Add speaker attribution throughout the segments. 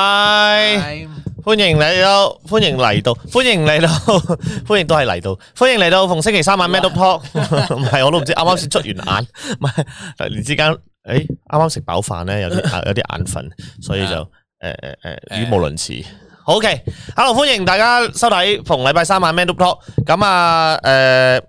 Speaker 1: 系欢迎嚟到，欢迎嚟到，欢迎嚟到， 欢迎都系嚟到，欢迎嚟到逢星期三晚 Metal Talk，唔 系我都唔知，啱啱先捽完眼，唔系突然之间，诶，啱啱食饱饭咧，有啲有啲眼瞓，所以就诶诶诶语无伦次。好嘅，hello，欢迎大家收睇逢礼拜三晚 Metal Talk，咁啊，诶、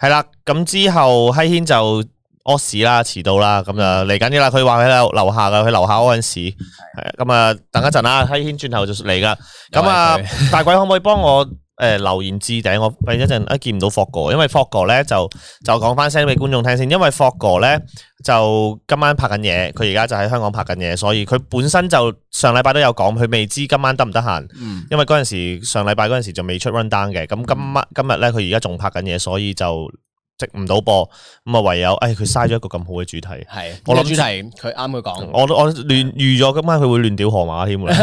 Speaker 1: 系啦，咁之後希軒就屙屎啦，遲到啦，咁
Speaker 2: 嗯
Speaker 1: 就嚟緊啲啦。佢話佢喺樓下噶，佢樓下屙緊屎，係啊咁啊，等一陣啦，希軒轉頭就嚟噶。咁啊
Speaker 2: 又係，
Speaker 1: 大鬼可唔可以幫我诶留言置頂？我俾一陣一見唔到霍哥，因為霍哥咧就就講翻聲俾觀眾聽先，因為霍哥咧就今晚拍緊嘢，佢而家就喺香港拍緊嘢，所以佢本身就上禮拜都有講，佢未知今晚得唔得閒。
Speaker 2: 嗯，
Speaker 1: 因為嗰阵时上禮拜嗰阵时就未出 run down 嘅，咁今晚今日咧佢而家仲拍緊嘢，所以就即唔到播，咁啊唯有，诶佢嘥咗一個咁好嘅主題，
Speaker 2: 系
Speaker 1: 我
Speaker 2: 我谂主
Speaker 1: 諗
Speaker 2: 题佢啱佢
Speaker 3: 嗯
Speaker 2: 講，
Speaker 1: 我都我亂預咗今晚佢會亂屌河馬添啦，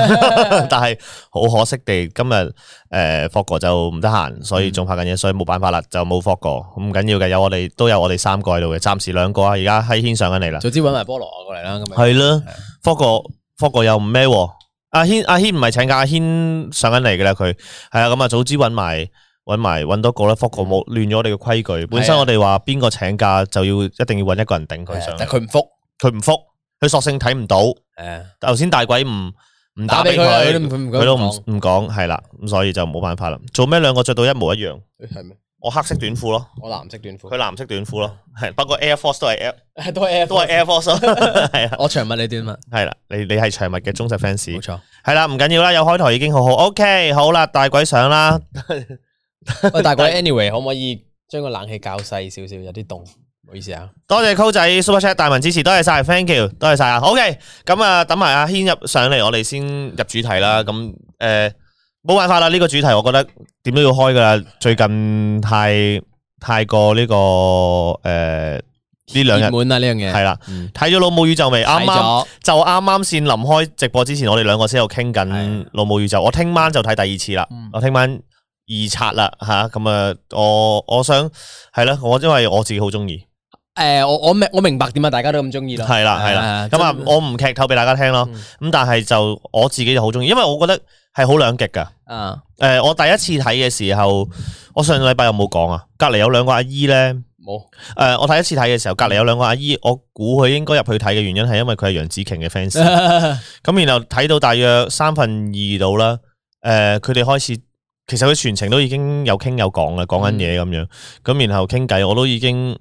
Speaker 1: 但係好可惜地今日诶霍哥就唔得閒，所以仲拍緊嘢，所以冇辦法啦，就冇霍哥，咁唔緊要嘅，有我哋都有我哋三個喺度嘅，暫時兩個啊，而家喺軒上緊嚟啦，
Speaker 2: 早知搵埋菠蘿過嚟啦，咁
Speaker 1: 係啊啦
Speaker 2: 係，
Speaker 1: 霍哥霍哥又唔咩喎？阿軒阿軒唔係請假，阿軒上緊嚟嘅啦，佢係啊，咁啊早知揾埋揾埋揾多個啦，霍哥冇亂咗我哋嘅規矩，本身
Speaker 2: 係啊
Speaker 1: 我哋話邊個請假就要一定要揾一個人頂佢上
Speaker 2: 樣，
Speaker 1: 嚟
Speaker 2: 但，佢唔复，
Speaker 1: 佢唔復，佢索性睇唔到，
Speaker 2: 诶，
Speaker 1: 頭先大鬼唔唔打
Speaker 2: 打
Speaker 1: 俾
Speaker 2: 俾佢啊，佢都
Speaker 1: 佢，
Speaker 2: 唔佢
Speaker 1: 佢都唔
Speaker 2: 講
Speaker 1: 唔講，係啦，咁所以就冇辦法啦。做咩兩個着到一模一樣？
Speaker 2: 係咩？
Speaker 1: 我黑色短褲咯，
Speaker 2: 我藍色短褲，
Speaker 1: 佢藍色短褲咯，係不過 Air Force 都係 Air
Speaker 2: 都係 Air，
Speaker 1: 都係 Air Force，咯 係啊
Speaker 2: 我長襪你短襪，
Speaker 1: 係啦，你你係長襪嘅忠實 fans
Speaker 2: 冇。錯。
Speaker 1: 系啦，唔紧要啦，有开台已经好好。OK，好啦，大鬼上啦，
Speaker 2: 喂，大 鬼，anyway，可唔可以將個冷氣較細少少？有啲凍，唔好意思啊。
Speaker 1: 多谢 Co 仔 Super Chat 大文支持，多谢晒，thank you，多谢晒啊。OK，咁啊，等埋阿轩入上嚟，我哋先入主题啦。咁诶，冇、辦办法啦，呢、個个主题我觉得点都要开噶啦。最近太太过呢、個个诶呢两日
Speaker 2: 熱門啊呢樣嘢
Speaker 1: 系，啦，
Speaker 2: 嗯
Speaker 1: 睇咗《老母宇宙》未？啱
Speaker 2: 睇
Speaker 1: 啱
Speaker 2: 咗，
Speaker 1: 就啱啱先臨開直播之前，我哋兩個先喺度傾緊《老母宇宙》，我聽晚就睇第二次啦，
Speaker 2: 嗯
Speaker 1: 我聽晚二刷啦吓，咁啊，我我想係啦，我因為我自己好中意，
Speaker 2: 诶，我我明我明白點解大家都咁中
Speaker 3: 啊
Speaker 2: 意咯，
Speaker 1: 係啦係啦，
Speaker 2: 係
Speaker 1: 咁啊，我唔劇透俾大家聽咯，咁但係就我自己就好中意，因為我覺得係好兩極噶。
Speaker 2: 啊，
Speaker 1: 诶、我第一次睇嘅時候，我上禮拜有冇講啊？隔離有兩個阿姨咧，
Speaker 2: 冇，
Speaker 1: 诶、我第一次睇嘅時候，隔離有兩個阿姨，我估佢應該入去睇嘅原因係因為佢係楊紫瓊嘅 fans。咁然後睇到大約三分二度啦，诶、佢哋開始，其實佢全程都已經有傾有講啦，講緊嘢咁樣，咁然後傾偈，我都已經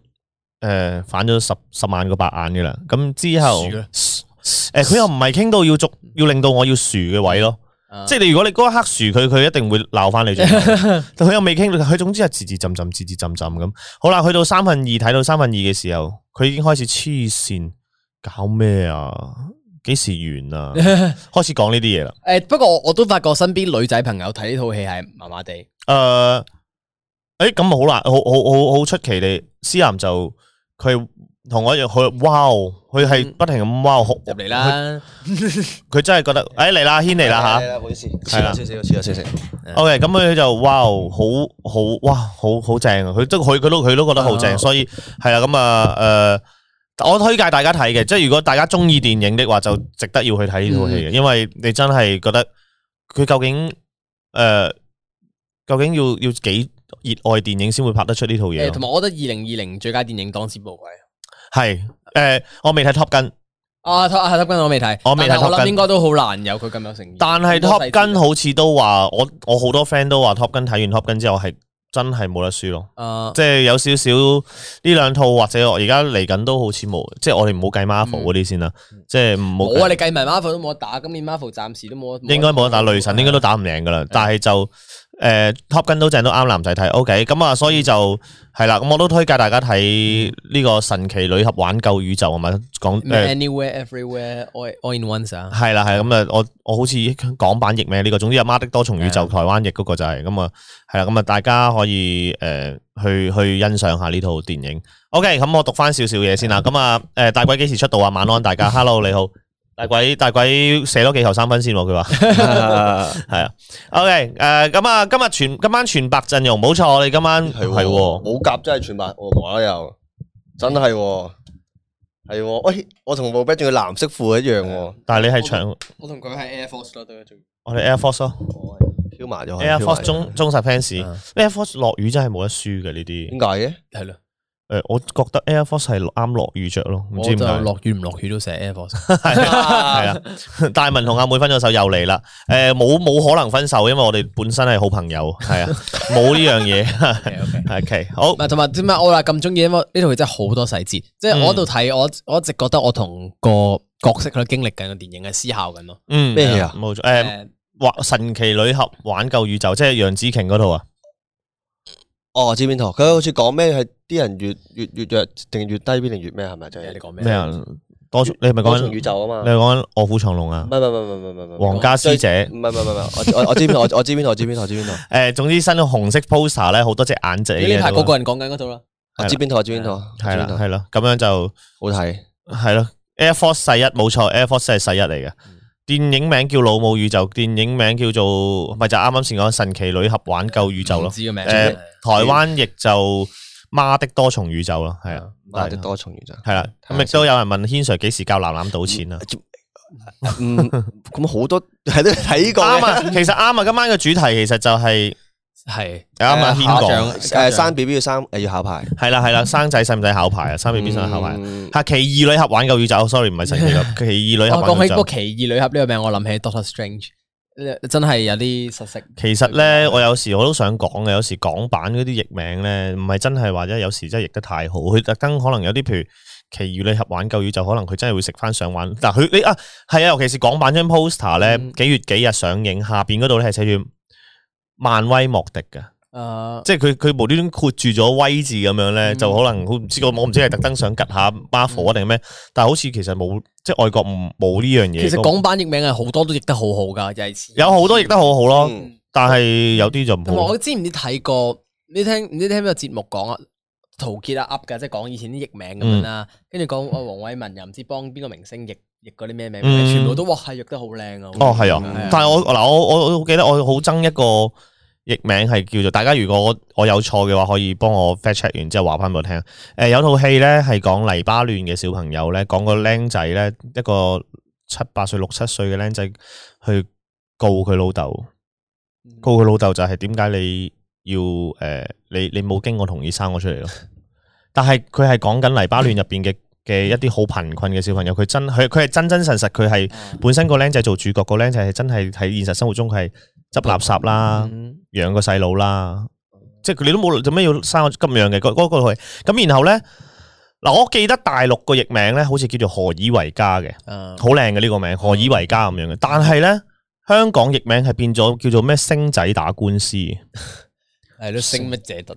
Speaker 1: 诶、呃反咗十十萬個白眼嘅啦。咁之後，
Speaker 2: 樹
Speaker 1: 诶，佢、又唔係傾到要逐要令到我要樹嘅位咯，
Speaker 3: 啊
Speaker 2: 啊
Speaker 1: 即係你如果你嗰一刻樹佢，佢一定會鬧翻你轉頭。但佢又未傾到，佢總之係字字浸浸字字浸浸咁。好啦，去到三分二睇到三分二嘅時候，佢已經開始黐線，搞咩啊？幾時完啊？
Speaker 2: 係
Speaker 1: 開始講呢啲嘢啦。
Speaker 2: 诶，不過我我都發覺身邊女仔朋友睇呢套戲係麻麻地。
Speaker 1: 诶、呃，诶，咁好啦，好好好好出奇地，思南就佢同我一樣，佢哇哦，佢係不停咁哇哦
Speaker 2: 入嚟，啦，
Speaker 1: 佢佢真係覺得，诶嚟啦，軒嚟 啦吓。
Speaker 2: 唔好意思，
Speaker 1: 係啦
Speaker 2: 少少，少少，少少。
Speaker 1: OK，咁佢就哇，好好哇，好好正啊！佢都佢佢都佢都覺得好正，
Speaker 2: 啊
Speaker 1: 所以係啦，咁啊诶，呃我推介大家睇嘅，即係如果大家中意電影的話，就值得要去睇呢套戲
Speaker 2: 嗯
Speaker 1: 嘅，因為你真係覺得佢究竟诶，究竟要要幾熱愛電影先會拍得出呢套嘢
Speaker 2: 诶，同
Speaker 1: 咯？
Speaker 2: 埋我覺得二零二零最佳電影當之無愧。
Speaker 1: 係诶，呃我未睇 Top 跟，
Speaker 2: 啊，塔塔根我未睇，
Speaker 1: 我未睇
Speaker 2: 但係
Speaker 1: Top
Speaker 2: 我
Speaker 1: Gun
Speaker 2: 諗應該都好難有佢咁有誠意。
Speaker 1: 但係
Speaker 2: 咁多
Speaker 1: Top
Speaker 2: 細節
Speaker 1: 跟好似都話，我我好多 friend 都話 Top 跟睇完 Top 跟之後係真係冇得輸咯。
Speaker 2: 啊，
Speaker 1: 即係有少少呢兩套或者我而家嚟緊都好似冇，即係我哋唔好計 Marvel 嗰啲先啦，即係唔
Speaker 2: 冇
Speaker 1: 好
Speaker 2: 啊！你計埋 Marvel 都冇得打，今年 Marvel 暫時都冇得，
Speaker 1: 應該冇得打雷神，應該都打唔贏噶啦。但係就誒 Top 跟都正都啱男仔睇，OK 咁啊，所以就係啦，咁我都推介大家睇呢個神奇女俠挽救宇宙啊嘛，講誒。
Speaker 2: Anywhere Everywhere All All in Once 啊，
Speaker 1: 係啦，係啦咁啊！我我好似港版譯咩呢個，總之阿媽的多重宇宙台灣譯嗰個就係咁啊，係啦，咁啊，大家可以诶、呃去去欣賞下呢套電影。OK，咁我讀翻少少嘢先啦。咁啊，诶、大鬼幾時出道啊？晚安大家，Hello 你好，大鬼大鬼射多幾球三分先喎，佢話係啊。OK，诶、咁啊，今日全今晚全白陣容，冇錯，我哋今晚
Speaker 4: 係
Speaker 1: 係喎
Speaker 4: 冇夾真係全白，我無啦啦又真係喎，系喎，喂，我同部 b 仲要蓝色褲一樣喎，
Speaker 1: 但系你系長，
Speaker 3: 我同佢喺 Air Force 咯，都仲
Speaker 1: 我哋 Air Force 咯
Speaker 4: 飘埋咗去。
Speaker 1: ，Air
Speaker 4: 飄埋咗
Speaker 1: Force 忠忠實 fans。
Speaker 3: 嗯
Speaker 1: Air Force 落雨真係冇得輸嘅呢啲。
Speaker 4: 點解嘅？
Speaker 3: 系咯，
Speaker 1: 诶，我覺得 Air Force 係啱落雨着咯，唔
Speaker 3: 我
Speaker 1: 知點
Speaker 3: 就
Speaker 1: 解。
Speaker 3: 落雨唔落雨都成 Air Force。
Speaker 1: 係啊， 大文同阿妹分咗手又嚟啦。诶，冇冇可能分手，因為我哋本身係好朋友， 係啊，冇呢樣嘢。
Speaker 3: OK，
Speaker 1: OK，好
Speaker 3: 唔，係同埋點解我話咁中意？因為呢套戲真係好多細節，即
Speaker 1: 嗯
Speaker 3: 係我喺度睇，我我一直覺得我同個角色喺度經歷緊個電影係思考緊咯。
Speaker 1: 嗯，
Speaker 4: 咩戲啊
Speaker 1: 冇錯，诶，
Speaker 3: 誒
Speaker 1: 畫神奇女俠挽救宇宙，即係楊紫瓊嗰套啊。
Speaker 4: 哦，知邊套？佢好似講咩係啲人越越越弱定越低邊定越咩係咪？就
Speaker 3: 你
Speaker 4: 係
Speaker 3: 講咩？
Speaker 1: 咩啊？多重你係咪
Speaker 4: 多
Speaker 1: 講
Speaker 4: 重
Speaker 1: 緊？
Speaker 4: 宇宙啊
Speaker 1: 你
Speaker 4: 嘛。
Speaker 1: 係講緊卧虎藏龍啊
Speaker 4: 唔？係唔係唔係唔係唔係唔係。
Speaker 1: 皇家師姐
Speaker 4: 唔。係唔係唔係，我我我知邊度，我我知邊度，我知邊度，我知邊度，
Speaker 1: 诶，總之新嘅紅色 poster 咧，好多隻眼仔
Speaker 3: 你
Speaker 1: 嘅。
Speaker 3: 呢排個個人講緊嗰套啦，
Speaker 4: 我知邊度，我知邊度，我知
Speaker 1: 係
Speaker 4: 邊
Speaker 1: 啦
Speaker 4: 度，
Speaker 1: 係啦，咁樣就
Speaker 4: 好睇。
Speaker 1: 係咯。Air Force 細一冇錯 a i r Force 係細一嚟嘅。電影名叫《老母宇宙》，電影名叫做咪就啱啱先講《神奇女俠挽救宇宙》
Speaker 3: 唔
Speaker 1: 咯。
Speaker 3: 嗯知個名。
Speaker 1: 誒台灣亦就《媽的多重宇宙》咯，係啊，
Speaker 4: 哇！啲多啊重宇宙。
Speaker 1: 係啦。咁亦都有人問軒 Sir 幾時教男男賭錢啊？
Speaker 4: 嗯，咁好多係都睇過
Speaker 1: 啱
Speaker 4: 嘅。
Speaker 1: 啊，其實啱啊。今晚嘅主題其實就係
Speaker 3: 係
Speaker 1: 啱啊，軒
Speaker 4: 考
Speaker 1: 講
Speaker 3: 獎
Speaker 4: 誒呃生 B B 要生誒要考牌，
Speaker 1: 係啦係啦，生仔使唔使考牌啊？生 B B 使唔使考牌啊？
Speaker 4: 嗯
Speaker 1: 吓奇異女俠挽救宇宙，sorry 唔係神奇女俠，奇異女
Speaker 3: 我
Speaker 1: 俠
Speaker 3: 講
Speaker 1: 挽救
Speaker 3: 起嗰個
Speaker 1: 宇宙。
Speaker 3: 奇異女俠呢個名，我諗起 Doctor Strange，真係有啲實色。
Speaker 1: 其實咧，我有時我都想講嘅，有時港版嗰啲譯名咧，唔係真係或者有時真係譯得太好，佢特登可能有啲譬如奇異女俠挽救宇宙，可能佢真係會食翻上玩。但佢你啊，係啊，尤其是港版張 poster 咧，
Speaker 3: 嗯
Speaker 1: 幾月幾日上映，下邊嗰度咧係寫住漫威莫迪嘅。
Speaker 3: 誒，
Speaker 1: 即係佢佢無端端括住咗威字咁樣咧，
Speaker 3: 嗯
Speaker 1: 就可能好唔知我我唔知係特登想吉下 Marvel 啊定係咩，但係好似其實冇即係外國唔冇呢樣嘢。
Speaker 3: 其實港版譯名係好多都譯得好好噶，又係
Speaker 1: 有好多譯得好好咯，
Speaker 4: 嗯
Speaker 1: 但係有啲就唔
Speaker 3: 同埋
Speaker 1: 好。
Speaker 3: 我之前唔知睇過，你聽唔知聽邊個節目講啊？陶傑啊 up 㗎，即係講以前啲譯名咁樣啦，
Speaker 1: 嗯
Speaker 3: 跟住講我黃偉文又唔知幫邊個明星譯譯嗰啲咩名，
Speaker 1: 嗯
Speaker 3: 全部都哇係譯得好靚啊！
Speaker 1: 哦，係
Speaker 3: 係
Speaker 1: 啊，但係我嗱我我我記得我好憎一個譯名係叫做，大家如果我我有錯嘅話，可以幫我 fact check 完之後話翻俾我聽。誒、有套戲咧係講黎巴嫩嘅小朋友咧，講個僆仔咧一個七八歲六七歲嘅僆仔去告佢老豆。告佢老豆就係點解你要诶、呃你你冇經我同意生我出嚟咯？但係佢係講緊黎巴嫩入边嘅嘅一啲好貧困嘅小朋友，佢真佢佢系真真實實，佢係
Speaker 3: 啊
Speaker 1: 本身個僆仔做主角，個僆仔係真係喺現實生活中佢係執垃圾啦，
Speaker 3: 嗯
Speaker 1: 養個細佬啦，即係佢哋都冇做咩要生我咁樣嘅嗰嗰個系咁，然後咧嗱，我記得大陸個譯名咧，好似叫做何以為家嘅。
Speaker 3: 啊
Speaker 1: 好靚嘅呢個名，何以為家咁樣嘅。但係咧，香港譯名係變咗叫做咩星仔打官司，
Speaker 3: 係咯，星乜姐得？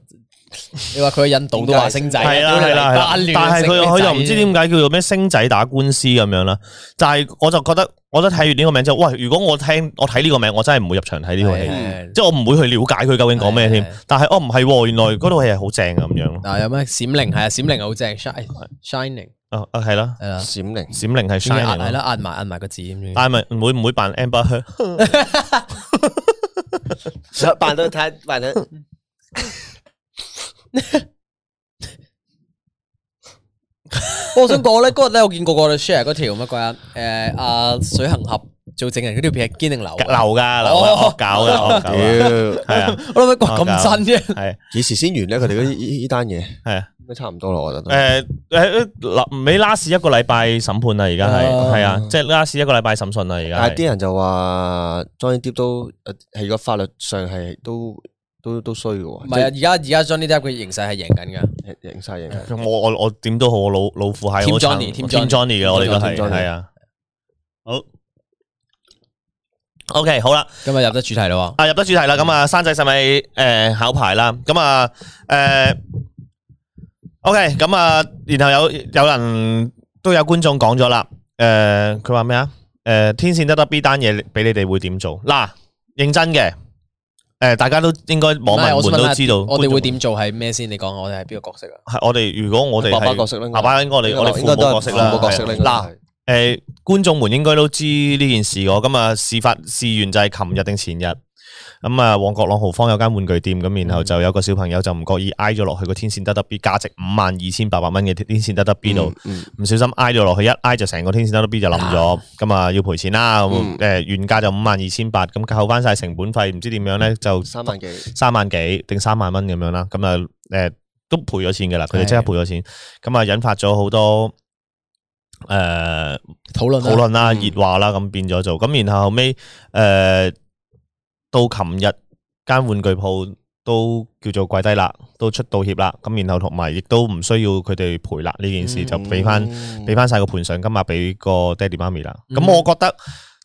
Speaker 3: 你話佢喺印 度都話星仔，
Speaker 1: 係啦係啦係啦。
Speaker 3: 啊
Speaker 1: 但係佢佢又唔知點解叫做咩星仔打官司咁樣啦。就係我就覺得，我覺得睇完呢個名之後，喂，如果我聽我睇呢個名，我真係唔會入場睇呢套戲，
Speaker 3: 係
Speaker 1: 即係我唔會去了解佢究竟講咩
Speaker 3: 係
Speaker 1: 添
Speaker 3: 係。
Speaker 1: 但係哦唔係喎，原來嗰套戲係好正嘅咁樣咯。
Speaker 3: 嗱有咩閃靈係啊，閃靈好正，shine shining
Speaker 1: 啊啊係啦，
Speaker 3: 係啦，
Speaker 4: 閃靈
Speaker 1: 閃靈係
Speaker 3: 跟住壓
Speaker 1: shining 啊
Speaker 3: 係
Speaker 1: 咯
Speaker 3: 啦，壓埋壓埋個字咁樣。
Speaker 1: 但係咪唔會唔會扮 Amber Heard？
Speaker 4: 想扮到 睇扮到
Speaker 3: 我想講咧，嗰日咧我見個個都 share 嗰條乜鬼啊？誒阿水行俠做證人嗰條片係堅定流啊，
Speaker 1: 流㗎流㗎，惡搞㗎惡搞㗎，
Speaker 4: 屌，
Speaker 1: 係啊
Speaker 3: 我諗哇咁真嘅，
Speaker 1: 係
Speaker 4: 幾時先完咧？佢哋嗰呢呢呢單嘢
Speaker 1: 係啊。
Speaker 4: 應該差唔多啦，我覺得。
Speaker 1: 诶诶，臨尾 last 一個禮拜審判啦，而家係
Speaker 3: 啊
Speaker 1: 係啊，即係 last 一個禮拜審訊啦，而家
Speaker 4: 但係
Speaker 1: 係。
Speaker 4: 啲人就話 Johnny Depp 都誒係個法律上係都都都衰嘅喎，
Speaker 3: 唔係啊！而家而家 Johnny Depp 佢形勢係贏緊㗎，
Speaker 4: 即係贏晒贏晒。
Speaker 1: 我我我点都好，我老老虎蟹
Speaker 3: Team
Speaker 1: 我撐
Speaker 3: Johnny，Team
Speaker 1: Team
Speaker 3: Johnny
Speaker 1: Johnny 嘅，我哋都係
Speaker 4: Team Johnny
Speaker 1: 係啊。好，OK，好啦，
Speaker 3: 今日入得主題啦喎。
Speaker 1: 啊入得主題啦，咁
Speaker 4: 嗯
Speaker 1: 啊，生仔使咪诶考牌啦？咁啊诶，OK，咁啊，然後有有人都有觀眾講咗啦，诶，佢話咩啊？诶，天線得得 B 單嘢俾你哋會點做？嗱，認真嘅。诶，大家都應該網
Speaker 3: 唔係我
Speaker 1: 民
Speaker 3: 想
Speaker 1: 們
Speaker 3: 問
Speaker 1: 都
Speaker 3: 下
Speaker 1: 知道，
Speaker 3: 我哋會點做係咩先？你講我哋係邊個角色啊？
Speaker 1: 係我哋如果我哋
Speaker 4: 爸爸
Speaker 1: 係
Speaker 4: 角色啦應
Speaker 1: 爸
Speaker 4: 該
Speaker 1: 爸應該我哋我哋父
Speaker 4: 應
Speaker 1: 母
Speaker 4: 該都係
Speaker 1: 角色啦，
Speaker 4: 父母角色啦
Speaker 1: 係
Speaker 4: 應該
Speaker 1: 嗱
Speaker 4: 係，
Speaker 1: 诶、觀眾們應該都知呢件事我咁啊，事發事源就係琴日定前日，咁啊，旺角朗豪坊有間玩具店，咁
Speaker 4: 嗯
Speaker 1: 然後就有個小朋友就唔覺意挨咗落去個天線得得 B，價值五萬二千八百蚊嘅天線得得 B
Speaker 4: 嗯
Speaker 1: 度，唔小心挨咗落去，一挨就成個天線得得 B 就冧咗，咁啊要賠錢啦，咁
Speaker 4: 嗯
Speaker 1: 誒原價就五萬二千八，咁扣翻晒成本費，唔知點樣咧就
Speaker 4: 三萬幾。
Speaker 1: 三萬幾定三萬蚊咁樣啦，咁啊誒都賠咗錢噶啦，佢哋即刻賠咗錢，咁啊引發咗好多誒。
Speaker 2: 讨论
Speaker 1: 討論啦、
Speaker 4: 嗯
Speaker 1: 熱話啦，咁變咗做咁，然後後尾誒、呃到琴日間玩具鋪都叫做跪低啦，都出道歉啦，咁然後同埋亦都唔需要佢哋賠啦，呢件事就俾翻俾翻晒個盤上金額俾個爹哋媽咪啦。咁、
Speaker 2: 嗯
Speaker 1: 我覺得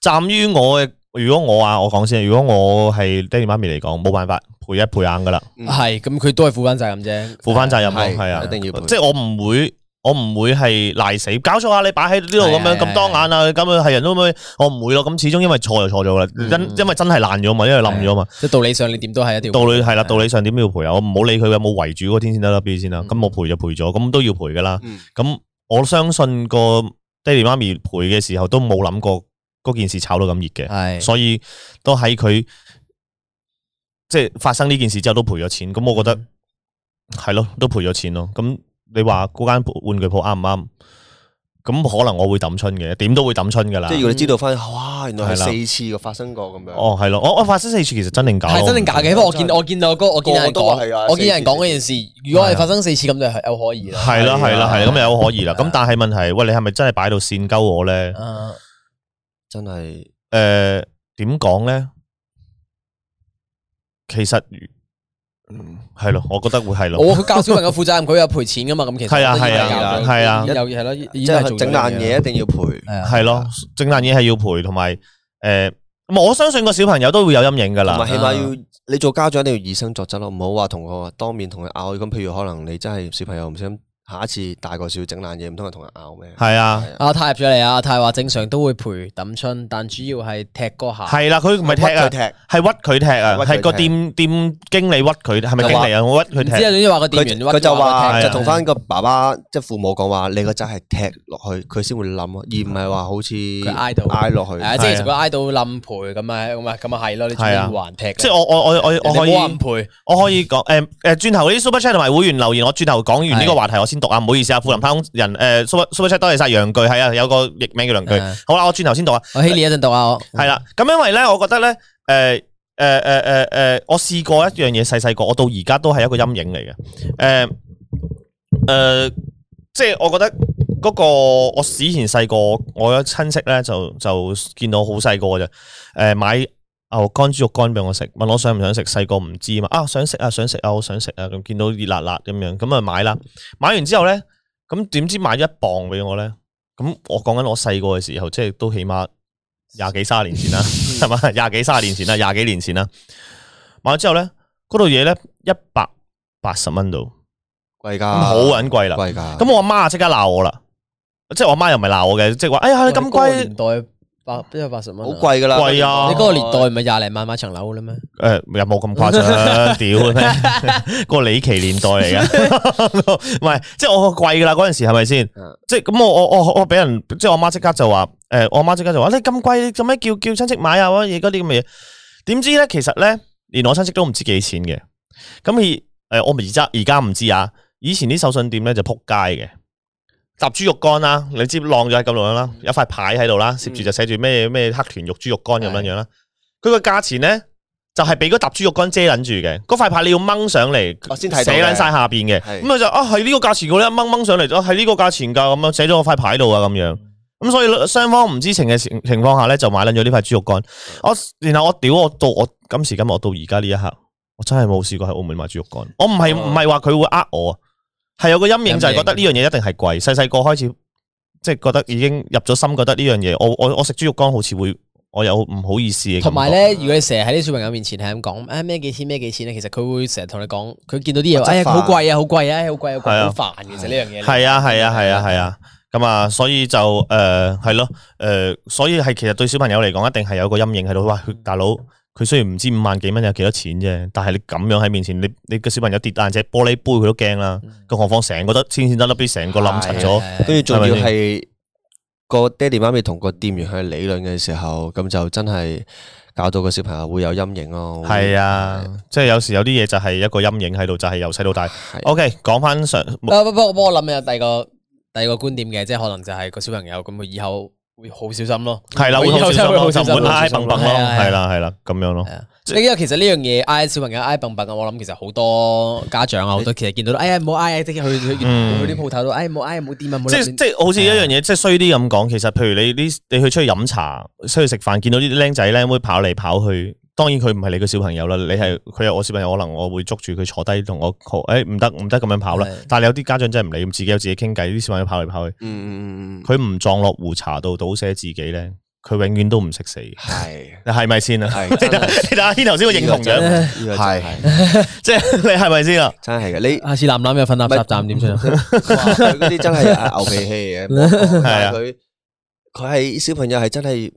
Speaker 1: 站於我嘅，如果我啊，我講先，如果我係爹哋媽咪嚟講，冇辦法賠一賠硬噶啦，
Speaker 4: 嗯
Speaker 2: 系咁，佢都系负翻責任啫，
Speaker 1: 負翻責任咯，
Speaker 4: 係
Speaker 1: 係啊，
Speaker 4: 一定要賠
Speaker 1: 即係我唔會，我唔會係賴死，搞錯啊！你擺喺呢度
Speaker 2: 係
Speaker 1: 咁樣
Speaker 2: 係
Speaker 1: 咁當眼啊，咁樣係人都咁樣，我唔會咯。咁始終因為錯就錯咗啦，因因為真係爛咗嘛，因為冧咗嘛。
Speaker 2: 即系道理上你點都係一定要
Speaker 1: 道理係啦，道理上點都要賠啊！我唔好理佢有冇圍住嗰個天線得啦 B 先啦，咁我賠就賠咗，咁都要賠噶啦。
Speaker 4: 嗯
Speaker 1: 咁我相信個爹哋媽咪賠嘅時候都冇諗過嗰件事炒到咁熱嘅。
Speaker 2: 係
Speaker 1: 所以都喺佢即系发生呢件事之後都賠咗錢。咁我覺得
Speaker 2: 嗯
Speaker 1: 係咯，都賠咗錢咯。咁你話嗰間玩具鋪啱唔啱？咁可能我會抌春嘅，點都會抌春噶啦
Speaker 4: 即係。如果你知道翻，哇，原來
Speaker 1: 啊係啦
Speaker 4: 係四次個發生過咁樣。
Speaker 1: 哦，係咯，我我发生四次其實真定假？
Speaker 2: 係真定假嘅，因為我見
Speaker 4: 真係
Speaker 2: 我見到嗰我見有人
Speaker 4: 個個都話係啊
Speaker 2: 講，我見有人講嗰
Speaker 4: 四
Speaker 2: 件事，如果係發生四次咁就係有可疑啦。
Speaker 1: 啊係啦，
Speaker 4: 係啊
Speaker 1: 係啦，係啦，咁有可 疑啦。
Speaker 2: 係啊
Speaker 1: 咁但係問題，喂，你係咪真係擺到線鳩我咧？
Speaker 2: 啊
Speaker 4: 真係
Speaker 1: 诶、點講咧？其實嗯係咯，我覺得會係咯。
Speaker 2: 我佢教小朋友負責任，佢有賠錢噶嘛，咁其實
Speaker 1: 係啊
Speaker 2: 都已經係
Speaker 4: 係啊
Speaker 2: 教咗有
Speaker 1: 係啊
Speaker 2: 係咯，
Speaker 4: 即
Speaker 2: 即
Speaker 4: 係整爛嘢一定要賠。
Speaker 2: 啊
Speaker 1: 系咯，整烂嘢系要赔，同埋诶，咁我相信个小朋友都会有阴影噶
Speaker 4: 同埋
Speaker 1: 啦
Speaker 4: 起。碼要你做家長，一定要以身作則咯，唔好話同我當面同佢拗。咁譬如可能你真係小朋友唔小心，下一次大個少少整爛嘢，唔通係同人拗咩？
Speaker 1: 系啊，
Speaker 2: 阿泰入咗嚟啊！阿泰話正常都會賠抌春，但主要係踢嗰下。
Speaker 1: 系啦，佢唔系踢啊
Speaker 4: 佢，踢，
Speaker 1: 系屈佢踢啊
Speaker 4: 屈，佢踢
Speaker 1: 系个店店经理屈佢，系咪
Speaker 4: 就
Speaker 1: 经
Speaker 4: 話
Speaker 1: 理啊？我屈佢
Speaker 2: 唔知啊，
Speaker 1: 踢，
Speaker 2: 總之話個店員
Speaker 4: 佢
Speaker 2: 屈
Speaker 4: 佢就
Speaker 2: 話
Speaker 4: 話
Speaker 2: 佢踢啊
Speaker 4: 就同翻個爸爸即係父母講話，你個仔係踢落去，佢先會冧咯，而唔係話好似佢
Speaker 2: 挨到
Speaker 4: 挨落去
Speaker 2: 係。啊，即係其實佢挨到冧賠咁啊，咁啊，咁啊係咯，你仲
Speaker 1: 係啊
Speaker 2: 要還踢？
Speaker 1: 即系我我我我我可以
Speaker 2: 你冇話唔賠，
Speaker 1: 我可以讲诶诶，转头嗰啲 super chat 同埋会员留言，我转头讲完呢个话题，我先读啊，唔好意思啊，富林太空人诶 super super chat 多谢晒杨巨，系啊，有个译名叫梁巨
Speaker 2: 嗯，
Speaker 1: 好啦，我转头先读啊。
Speaker 2: 我希你一陣讀啊，我
Speaker 1: 系啦，咁因為咧，我覺得呃咧，诶诶诶诶诶，誒呃我試過一樣嘢，細細個，我到而家都係一個陰影嚟嘅，诶、誒，即係我覺得嗰、個我以前細個，我有親戚咧就就見到好細個啫，呃诶、買牛肝豬肉乾俾我食，問我想唔想食，細個唔知嘛，啊想食啊想食啊，我想食啊，咁見到熱辣辣咁樣，咁啊買啦，買完之後咧，咁點知買咗一磅俾我咧，咁我講緊我細個嘅時候，即係都起碼。廿幾卅年前啦，係嘛？廿幾卅年前啦，廿幾年前啦，買咗之後咧，嗰度嘢咧一百八十蚊度，咁
Speaker 4: 貴㗎，
Speaker 1: 好撚貴啦。
Speaker 4: 貴㗎。
Speaker 1: 咁我阿媽即刻鬧我啦，即係我阿媽又唔係鬧我嘅，即係話：哎呀，你咁
Speaker 2: 嗰個年
Speaker 1: 貴，
Speaker 2: 代百一百八十蚊
Speaker 4: 好
Speaker 2: 啊，
Speaker 4: 貴㗎啦，
Speaker 1: 貴啊
Speaker 2: 你嗰個年代唔係廿零萬買層樓嘅啦咩？
Speaker 1: 誒又呃冇咁誇張，屌咩？個李奇年代嚟嘅， 唔係即係我個貴噶啦嗰陣時係咪先
Speaker 4: 嗯？
Speaker 1: 即係咁我我我我俾人即係我媽即刻就話誒，我媽即刻就話你咁貴，你做咩叫叫親戚買啊乜嘢嗰啲咁嘅嘢？點知咧其實咧連我親戚都唔知幾錢嘅，咁而誒呃我而家而家唔知啊，以前啲手信店咧就撲街嘅。搭豬肉乾啦，你知晾咗喺咁樣啦，有塊牌喺度啦，攝住就寫住咩咩黑豚肉豬肉乾咁樣樣啦。佢個價錢咧就係俾嗰沓豬肉乾遮撚住嘅，嗰塊牌你要掹上嚟，
Speaker 4: 我哦先睇
Speaker 1: 寫
Speaker 4: 到
Speaker 1: 撚
Speaker 4: 嘅
Speaker 1: 晒下邊嘅。
Speaker 4: 係
Speaker 1: 咁佢就啊係呢個價錢嘅咧，掹掹上嚟咗哦係呢個價錢㗎，咁樣寫咗個塊牌度啊咁樣。咁所以雙方唔知情嘅情情況下咧，就買撚咗呢塊豬肉乾。我然後我屌我到我今時今日我到而家呢一刻，我真係冇試過喺澳門買豬肉乾。我唔係
Speaker 4: 哦
Speaker 1: 唔係話佢會呃我啊，係有個陰影就係覺得呢
Speaker 2: 陰
Speaker 1: 樣嘢一定係貴。細細個開始即係覺得已經入咗心，覺得呢樣嘢我我我食豬肉乾好似會我有唔好意思嘅感覺。
Speaker 2: 同埋咧，如果你成日喺啲小朋友面前係咁講，啊咩幾錢咩幾錢咧，其實佢會成日同你講，佢見到啲嘢，
Speaker 4: 質
Speaker 2: 哎呀
Speaker 4: 化
Speaker 2: 好貴啊，好貴啊，哎好貴啊，好
Speaker 1: 係
Speaker 2: 貴
Speaker 1: 啊
Speaker 2: 啊好煩嘅，其實呢樣嘢
Speaker 1: 系啊，系啊，系啊，系啊。咁啊，所以就诶系咯，诶、所以係其實對小朋友嚟講，一定係有個陰影喺度。哇，
Speaker 2: 嗯
Speaker 1: 佢大佬佢雖然唔知五萬幾蚊有幾多錢啫，但係你咁樣喺面前，你你個小朋友跌爛隻玻璃杯，佢都驚啦。更何況成個得千千得粒啲，成啊個冧柒咗。
Speaker 2: 嗯啊係係係啊
Speaker 4: 跟住仲要
Speaker 1: 係咪
Speaker 4: 係個爹哋媽咪同個店員去理論嘅時候，咁就真係搞到個小朋友會有陰影咯。
Speaker 1: 系啊，即系有时有啲嘢就系一个阴影喺度，就系由细到大。
Speaker 4: 係，
Speaker 1: OK，讲 翻上，
Speaker 2: 不不不，不過我諗有第二個第二個觀點嘅，即係可能就係個小朋友咁，佢以後會好小心咯。
Speaker 1: 系啦，
Speaker 2: 我
Speaker 1: 会
Speaker 2: 以
Speaker 1: 好
Speaker 2: 後真
Speaker 1: 小心
Speaker 2: 係會
Speaker 1: 咯，
Speaker 2: 好
Speaker 1: 就
Speaker 2: 小
Speaker 1: 唔
Speaker 2: 心
Speaker 1: 会挨
Speaker 2: 好小
Speaker 1: 蹦
Speaker 2: 心
Speaker 1: 蹦咯，
Speaker 2: 係啊係啊
Speaker 1: 系啦系啦，咁样咯
Speaker 2: 係。啊，因為其實呢樣嘢挨小朋友挨蹦蹦啊，我諗其實好多家長啊，好多其實見到都哎呀唔好挨啊，即係去去去
Speaker 1: 嗯
Speaker 2: 去啲鋪頭度，哎呀唔好挨啊，唔好掂啊，唔好
Speaker 1: 即
Speaker 2: 掂
Speaker 1: 即係好似一樣
Speaker 4: 啊
Speaker 1: 嘢，即係衰啲咁講。其實，譬如你呢，你去出去飲茶，出去食飯，見到啲僆仔僆妹跑嚟跑去，當然佢唔係你個小朋友啦，你係佢係我小朋友，可能我會捉住佢坐低同我學，誒唔得唔得咁樣跑啦
Speaker 2: 係。
Speaker 1: 但係有啲家長真係唔理，咁自己有自己傾偈，啲小朋友跑嚟跑去，
Speaker 4: 嗯嗯嗯嗯，
Speaker 1: 佢唔撞落壺茶度倒瀉自己咧，佢永遠都唔識死。
Speaker 4: 係
Speaker 1: 你係咪先啊？
Speaker 4: 係
Speaker 1: 你
Speaker 4: 真係
Speaker 1: 睇下先頭先個認同樣，
Speaker 4: 呢個真係呢個真係
Speaker 1: 即係你係咪先啊？
Speaker 4: 真係嘅，你
Speaker 2: 下次攬攬又瞓垃圾站點算啊？
Speaker 4: 哇佢嗰啲真係啊牛脾氣嘅，冇錯但 係啊佢佢係小朋友係真係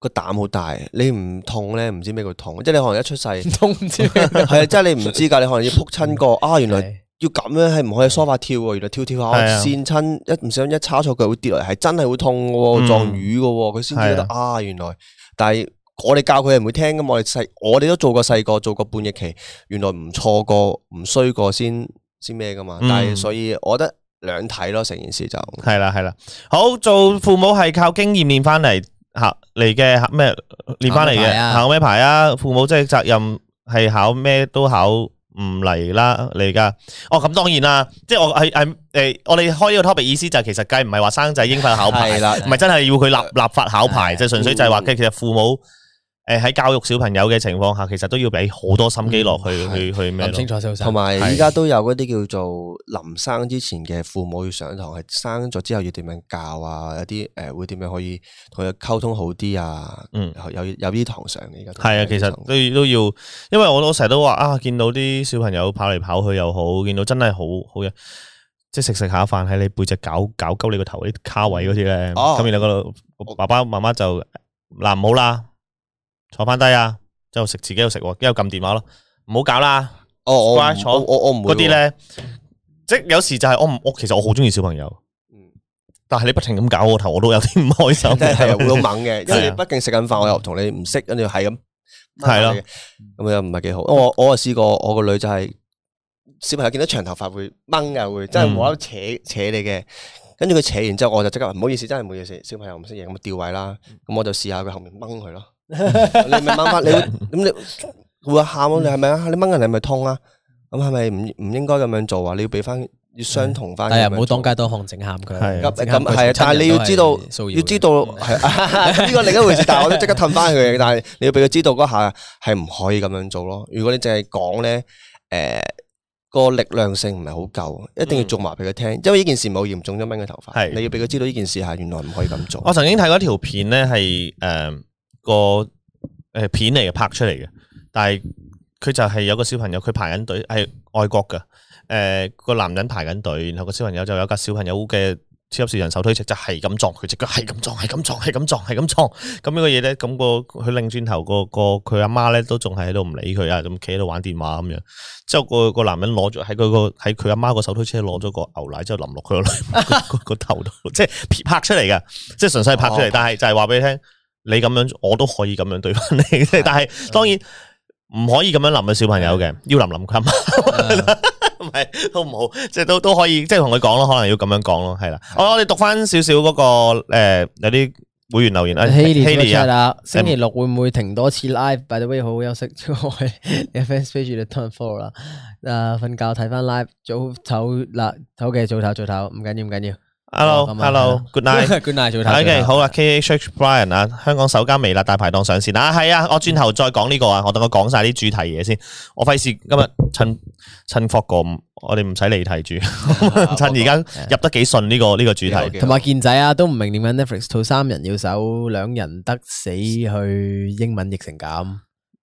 Speaker 4: 個膽好大，你唔痛咧唔知咩叫痛，即係你可能一出 世係
Speaker 2: 痛 唔知咩
Speaker 4: 啊，真係你唔知㗎，你可能要撲親過啊，原來。要咁樣係唔可以梳化跳喎，原來跳跳
Speaker 1: 係
Speaker 4: 下
Speaker 1: 啊
Speaker 4: 跣親，一唔小心一叉錯腳會跌落嚟，係真係會痛嘅喎，
Speaker 1: 嗯
Speaker 4: 撞瘀嘅喎，佢先至覺得
Speaker 1: 係
Speaker 4: 啊原來，但係我哋教佢係唔會聽噶嘛，我哋細我哋都做過細個，做過叛逆期，原來唔錯過唔衰過先先咩噶嘛，
Speaker 1: 嗯
Speaker 4: 但係所以我覺得兩睇咯，成件事就
Speaker 1: 系啦系啦，好做父母系靠經驗練翻嚟考嚟嘅考咩練翻嚟
Speaker 2: 考咩牌
Speaker 1: 嘅
Speaker 2: 啊
Speaker 1: 考咩牌啊？父母即係責任係考咩都考唔嚟啦嚟噶。哦咁當然啦，即係我係係诶，我哋開呢個 topic 意思就係其實計唔係話生仔應份考牌
Speaker 4: 係，啦，
Speaker 1: 唔係真係要佢立立法考牌，
Speaker 2: 係
Speaker 1: 即係純粹就係話其實父母。诶，喺教育小朋友嘅情況下，其實都要俾好多心機落去，
Speaker 4: 嗯
Speaker 1: 去去咩
Speaker 2: 諗
Speaker 1: 咯
Speaker 2: 清？楚先好生
Speaker 4: 同埋
Speaker 1: 係
Speaker 4: 依家都有嗰啲叫做臨生之前嘅父母要上堂，係生咗之後要點樣教啊？有啲誒會點樣可以同佢溝通好啲啊？
Speaker 1: 嗯
Speaker 4: 有，有有啲堂上嘅而家都
Speaker 1: 係啊，
Speaker 4: 有
Speaker 1: 其
Speaker 4: 啲
Speaker 1: 實
Speaker 4: 堂
Speaker 1: 都都要，因為我都成日都話啊，見到啲小朋友跑嚟跑去又好，見到真係好好嘅，即係食食下飯喺你背脊搞搞鳩你個頭啲卡位嗰啲咧，
Speaker 4: 哦
Speaker 1: 咁、然後嗰度爸爸媽媽就嗱唔好啦，坐翻低啊，之後食自己又食喎，之後撳電話咯，唔好搞啦，
Speaker 4: 哦，我
Speaker 1: 乖
Speaker 4: 唔
Speaker 1: 坐
Speaker 4: 我我我唔會
Speaker 1: 嗰啲
Speaker 4: 喎，
Speaker 1: 咧，即係有時就係我唔我其實我好中意小朋友，
Speaker 4: 嗯
Speaker 1: 但係你不停咁搞我個頭，我都有啲唔開心。
Speaker 4: 真 係會好猛嘅，因
Speaker 1: 係
Speaker 4: 為
Speaker 1: 啊
Speaker 4: 你畢竟食緊飯，我又同你唔識，跟住係咁
Speaker 1: 係咯，
Speaker 4: 咁又唔係幾好。我我啊試過，我個女就係小朋友見到長頭髮會掹嘅，會真係冇得扯扯你嘅。跟住佢扯完之後，我就即刻話唔好意思，真係唔好意思，小朋友唔識嘢，咁咪掉位啦。咁我就試下佢後面掹佢咯。 你咪掹翻，你會咁你會喊咯？你係咪啊？你掹人係咪痛啊？咁係咪唔唔應該咁樣做啊？你要俾翻要相同
Speaker 3: 嗯
Speaker 4: 翻。
Speaker 2: 但
Speaker 3: 啊
Speaker 2: 係唔好當街當巷整喊佢。
Speaker 1: 係
Speaker 4: 咁
Speaker 1: 啊
Speaker 2: 整喊
Speaker 4: 咁
Speaker 2: 佢
Speaker 4: 係啊，但係你要知道，
Speaker 2: 親人都係騷擾嘅
Speaker 4: 要知道
Speaker 1: 嗯
Speaker 4: 係 呢個另一回事。但係我都即刻氹翻佢嘅，但係你要俾佢知道嗰下係唔可以咁樣做咯。如果你淨係講咧，誒個力量性唔係好夠，一定要做埋俾佢聽，因為呢件事唔係好嚴重，一掹佢頭髮，
Speaker 1: 嗯係
Speaker 4: 你要俾佢知道呢件事係原來唔可以咁做。
Speaker 1: 我曾經睇過一條片咧，係誒個誒片嚟嘅拍出嚟嘅，但係佢就係有個小朋友，佢排緊隊，係外國嘅。誒、呃個男人排緊隊，然後個小朋友就有架小朋友嘅超級市場手推車，就係咁撞佢只腳，係咁撞，係咁撞，係咁撞，係咁撞。咁呢個嘢咧，咁、個佢擰轉頭，個個佢阿媽咧都仲係喺度唔理佢啊，咁企喺度玩電話咁樣。之後個個男人攞咗喺佢個喺佢阿媽個手推車攞咗個牛奶之後淋落佢個女 個個個頭度，即係拍出嚟嘅。即係純粹係拍出嚟，
Speaker 4: 哦
Speaker 1: 但係就係話俾你聽，你咁樣我都可以咁樣對翻你，但係當然唔可以咁樣淋嘅小朋友嘅，要淋淋佢阿媽 唔係都唔好，即係都都可以，即係同佢講咯，可能要咁樣講咯，係啦。我我哋讀翻少少嗰個誒有啲會員留言啊，
Speaker 2: 希年出
Speaker 1: 啊，
Speaker 2: 啦，星期六會唔會停多次 live？By the way，好好休息， 我係你 fans page 你 turn follow 啦。誒，瞓覺睇翻 live，早唞啦，唞嘅早唞早唞，唔緊要唔緊要。
Speaker 1: hello
Speaker 2: 哦咁啊
Speaker 1: hello
Speaker 2: 係
Speaker 1: good night。
Speaker 2: good night 早唞。早
Speaker 1: OK，
Speaker 2: 唞
Speaker 1: 好啦，KHH 啊 Brian 啊，香港首間微辣大排檔上線啦，啊係啊，我轉頭再講呢個啊，我等我講晒啲主題嘢先，我費事今日趁趁霍哥唔，我哋唔使理題住， 趁而家入得幾順呢個呢個主題，
Speaker 2: 同埋健仔啊，都唔明點解 Netflix 套三人要手，兩人得死去英文譯成咁。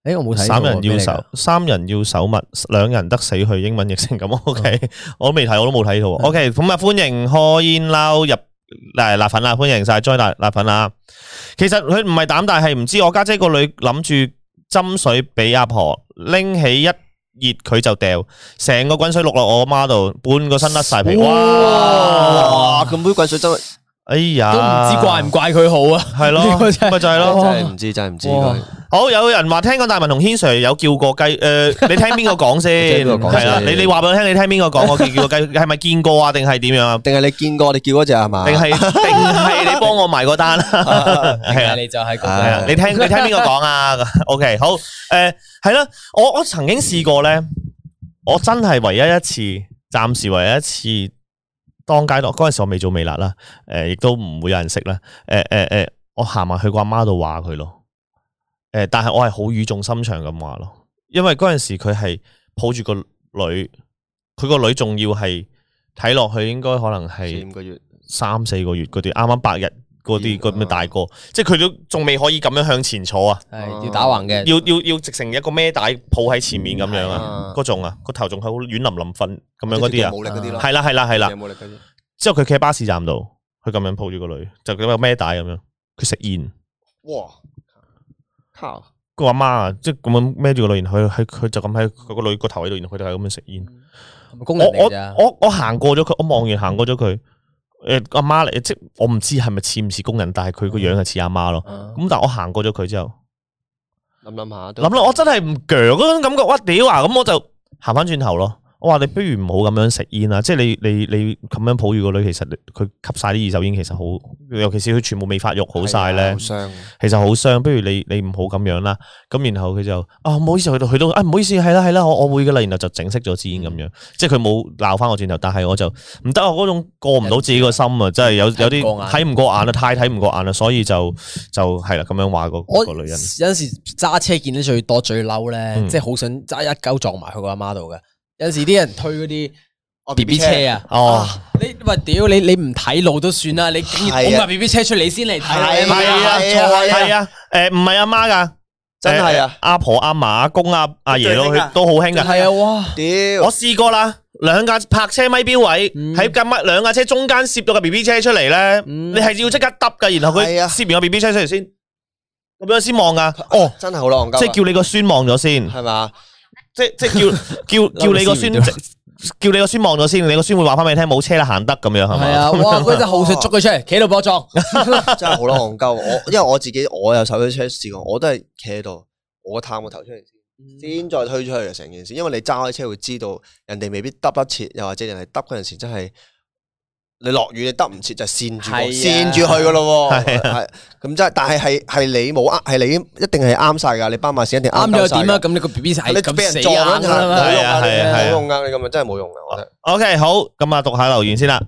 Speaker 2: 誒，我冇睇過喎。
Speaker 1: 三人要
Speaker 2: 咩嚟㗎
Speaker 1: 手，三人要手物，兩人得死去，英文 譯成咁，OK，我都未睇，我都冇睇到喎，OK，咁啊歡迎柯煙撈入。嗱辣粉啦，歡迎晒 join 辣辣粉啦。其實佢唔係膽大，係唔知我家姐個女諗住斟水俾阿婆，拎起一熱佢就掉，成個滾水落落我媽度，半個身甩晒皮。
Speaker 4: 哇！
Speaker 1: 哇！
Speaker 4: 咁杯滾水真係
Speaker 1: 哎
Speaker 2: 啊
Speaker 1: 呀，
Speaker 3: 都唔知怪唔怪佢 好啊！
Speaker 1: 系咯，
Speaker 2: 呢個真係
Speaker 1: 咪就係
Speaker 4: 真
Speaker 1: 咯。
Speaker 4: 係唔知，真係唔知
Speaker 2: 哇
Speaker 4: 佢。
Speaker 1: 好有人話聽講大文同軒 Sir 有叫過雞，诶， 你聽邊個講
Speaker 4: 你
Speaker 1: 先？
Speaker 4: 聽邊個講先
Speaker 1: 係啦，你你话俾我聽，你聽邊個講？我叫叫個雞，係咪見過啊？定係點樣啊？
Speaker 4: 定係你見過我哋叫嗰只係嘛？
Speaker 1: 定係定係你幫我埋嗰單啊？係啊
Speaker 3: 但係。你就喺嗰
Speaker 1: 系啊，
Speaker 3: 個
Speaker 1: 你聽你聽邊 個講啊？OK，好，诶、係啦，我我曾經試過咧，我真係唯一一次，暫時唯一一次當街檔嗰阵时，我未做微辣啦，诶、亦都唔會有人識啦，诶诶诶，誒我行埋去個阿媽度話佢咯，诶、但係我係好語重心長咁話咯，因為嗰阵时佢係抱住個女，佢個女仲要係睇落去應該可能係。
Speaker 4: 四五個月，
Speaker 1: 三四個月嗰啲，啱啱百日嗰啲
Speaker 4: 嗯
Speaker 1: 咁嘅大個，即係佢都仲未可以咁樣向前坐啊，
Speaker 2: 係要打橫嘅，
Speaker 1: 要要要直成一個孭帶抱喺前面咁樣啊
Speaker 4: 啊，
Speaker 1: 嗰種啊，個頭仲係好軟腍腍瞓咁樣嗰啲啊，
Speaker 4: 冇力嗰啲咯，
Speaker 1: 係啦係啦係啦，
Speaker 4: 冇力嗰啲。
Speaker 1: 之後佢企喺巴士站度，佢咁樣抱住個女，就咁樣孭帶咁樣，佢食煙。
Speaker 4: 哇！靠！
Speaker 1: 個阿媽啊，即係咁樣孭住個女，然後佢佢佢就咁喺佢個女個頭喺度，然後佢就係咁樣食煙。
Speaker 2: 係咪工
Speaker 1: 我
Speaker 2: 人嚟
Speaker 1: 我
Speaker 2: 咋？
Speaker 1: 我我行過咗佢，我望完行過咗佢。誒阿媽嚟，即係我唔知係咪似唔似工人，但係佢
Speaker 4: 嗯
Speaker 1: 個樣係似阿媽咯。
Speaker 2: 啊
Speaker 1: 咁但我行過咗佢之後，
Speaker 4: 諗諗下都
Speaker 1: 諗啦，我真係唔鋸嗰種感覺，哇屌啊！咁我就行翻轉頭咯。我話你不如唔好咁樣食煙啦，即係你你你咁樣抱住個女，其實佢吸晒啲二手煙，其實好，尤其是佢全部未發育好晒
Speaker 4: 係啊
Speaker 1: 咧
Speaker 4: 好，傷。
Speaker 1: 其實好傷。不如你你唔好咁樣啦。咁然後佢就啊唔好意思，去到去到啊唔好意思，係啦係啦，我我會噶啦。然後就整熄咗支煙咁樣，即係佢冇鬧翻我轉頭，但係我就唔得啊！嗰種過唔到自己個心啊，真係有有
Speaker 3: 睇唔過
Speaker 1: 啲
Speaker 3: 眼
Speaker 1: 睇唔過眼啦，太睇唔過眼啦，所以就就係啦咁樣話個
Speaker 2: 我
Speaker 1: 個女
Speaker 2: 有
Speaker 1: 人。
Speaker 2: 陣時揸車見得最多最嬲咧
Speaker 1: 嗯，
Speaker 2: 即係好想揸一鳩撞埋去個阿媽度嘅。有陣時啲人推嗰啲 B B 車啊，
Speaker 1: 哦。
Speaker 2: 你喂屌你你唔睇路都算啦，你竟然
Speaker 4: 係
Speaker 2: 拱
Speaker 4: 啊
Speaker 2: 架 B B 車出嚟先嚟睇你
Speaker 4: 係
Speaker 1: 系
Speaker 2: 啊嘛，
Speaker 1: 啊，
Speaker 4: 係啊
Speaker 1: 錯
Speaker 4: 係啊
Speaker 1: 係啊，诶，唔係阿媽噶，
Speaker 4: 真係啊
Speaker 1: 誒阿婆、阿嫲、阿公、阿阿爺
Speaker 4: 最興
Speaker 1: 都
Speaker 4: 啊
Speaker 1: 都好興噶。
Speaker 2: 係啊哇！
Speaker 4: 屌！
Speaker 1: 我試過啦，兩架泊車咪標位
Speaker 2: 嗯
Speaker 1: 喺架咪兩架車中間攝到架 B B 車出嚟咧，
Speaker 2: 嗯
Speaker 1: 你係要即刻揼噶，然後佢
Speaker 4: 係啊
Speaker 1: 攝完個 B B 車出嚟先，咁樣先望噶。哦，
Speaker 4: 真係好狼鳩啊，
Speaker 1: 即係叫你個孫望咗先，
Speaker 4: 係啊嘛？
Speaker 1: 即即叫叫叫你個孫，
Speaker 2: 嬲到
Speaker 1: 叫你個孫望咗先，你個孫會話翻俾你聽冇車啦，行得咁樣係
Speaker 2: 係
Speaker 1: 嘛？
Speaker 2: 啊， 哇！嗰陣好想捉佢出嚟，企喺度搏撞，
Speaker 4: 真係好狼鳩。啊我因為我自己我有手推車試過，我都係企喺度，我探個頭出嚟先，先再推出去嘅成件事。因為你揸開車會知道人哋未必揼得切，又或者人哋揼嗰陣時真係。你落雨你得唔切就跣住個，
Speaker 3: 係啊
Speaker 4: 跣住去噶咯喎，係咁真係，但係係係你冇啱，係你一定係啱晒㗎，你斑馬線一定
Speaker 2: 啱
Speaker 4: 鳩
Speaker 2: 咗
Speaker 4: 晒㗎
Speaker 2: 點啊？咁你個 B B 仔
Speaker 4: 你
Speaker 2: 咁
Speaker 4: 俾
Speaker 2: 死
Speaker 4: 人撞
Speaker 2: 硬
Speaker 4: 嗰
Speaker 2: 㗎
Speaker 4: 陣
Speaker 2: 啦嘛
Speaker 1: 係
Speaker 4: 冇
Speaker 1: 啊
Speaker 4: 用啊，
Speaker 1: 係啊係啊
Speaker 4: 冇用噶，你咁樣真係冇用噶，我覺得。
Speaker 1: O、k 好，咁啊，讀下留言先啦。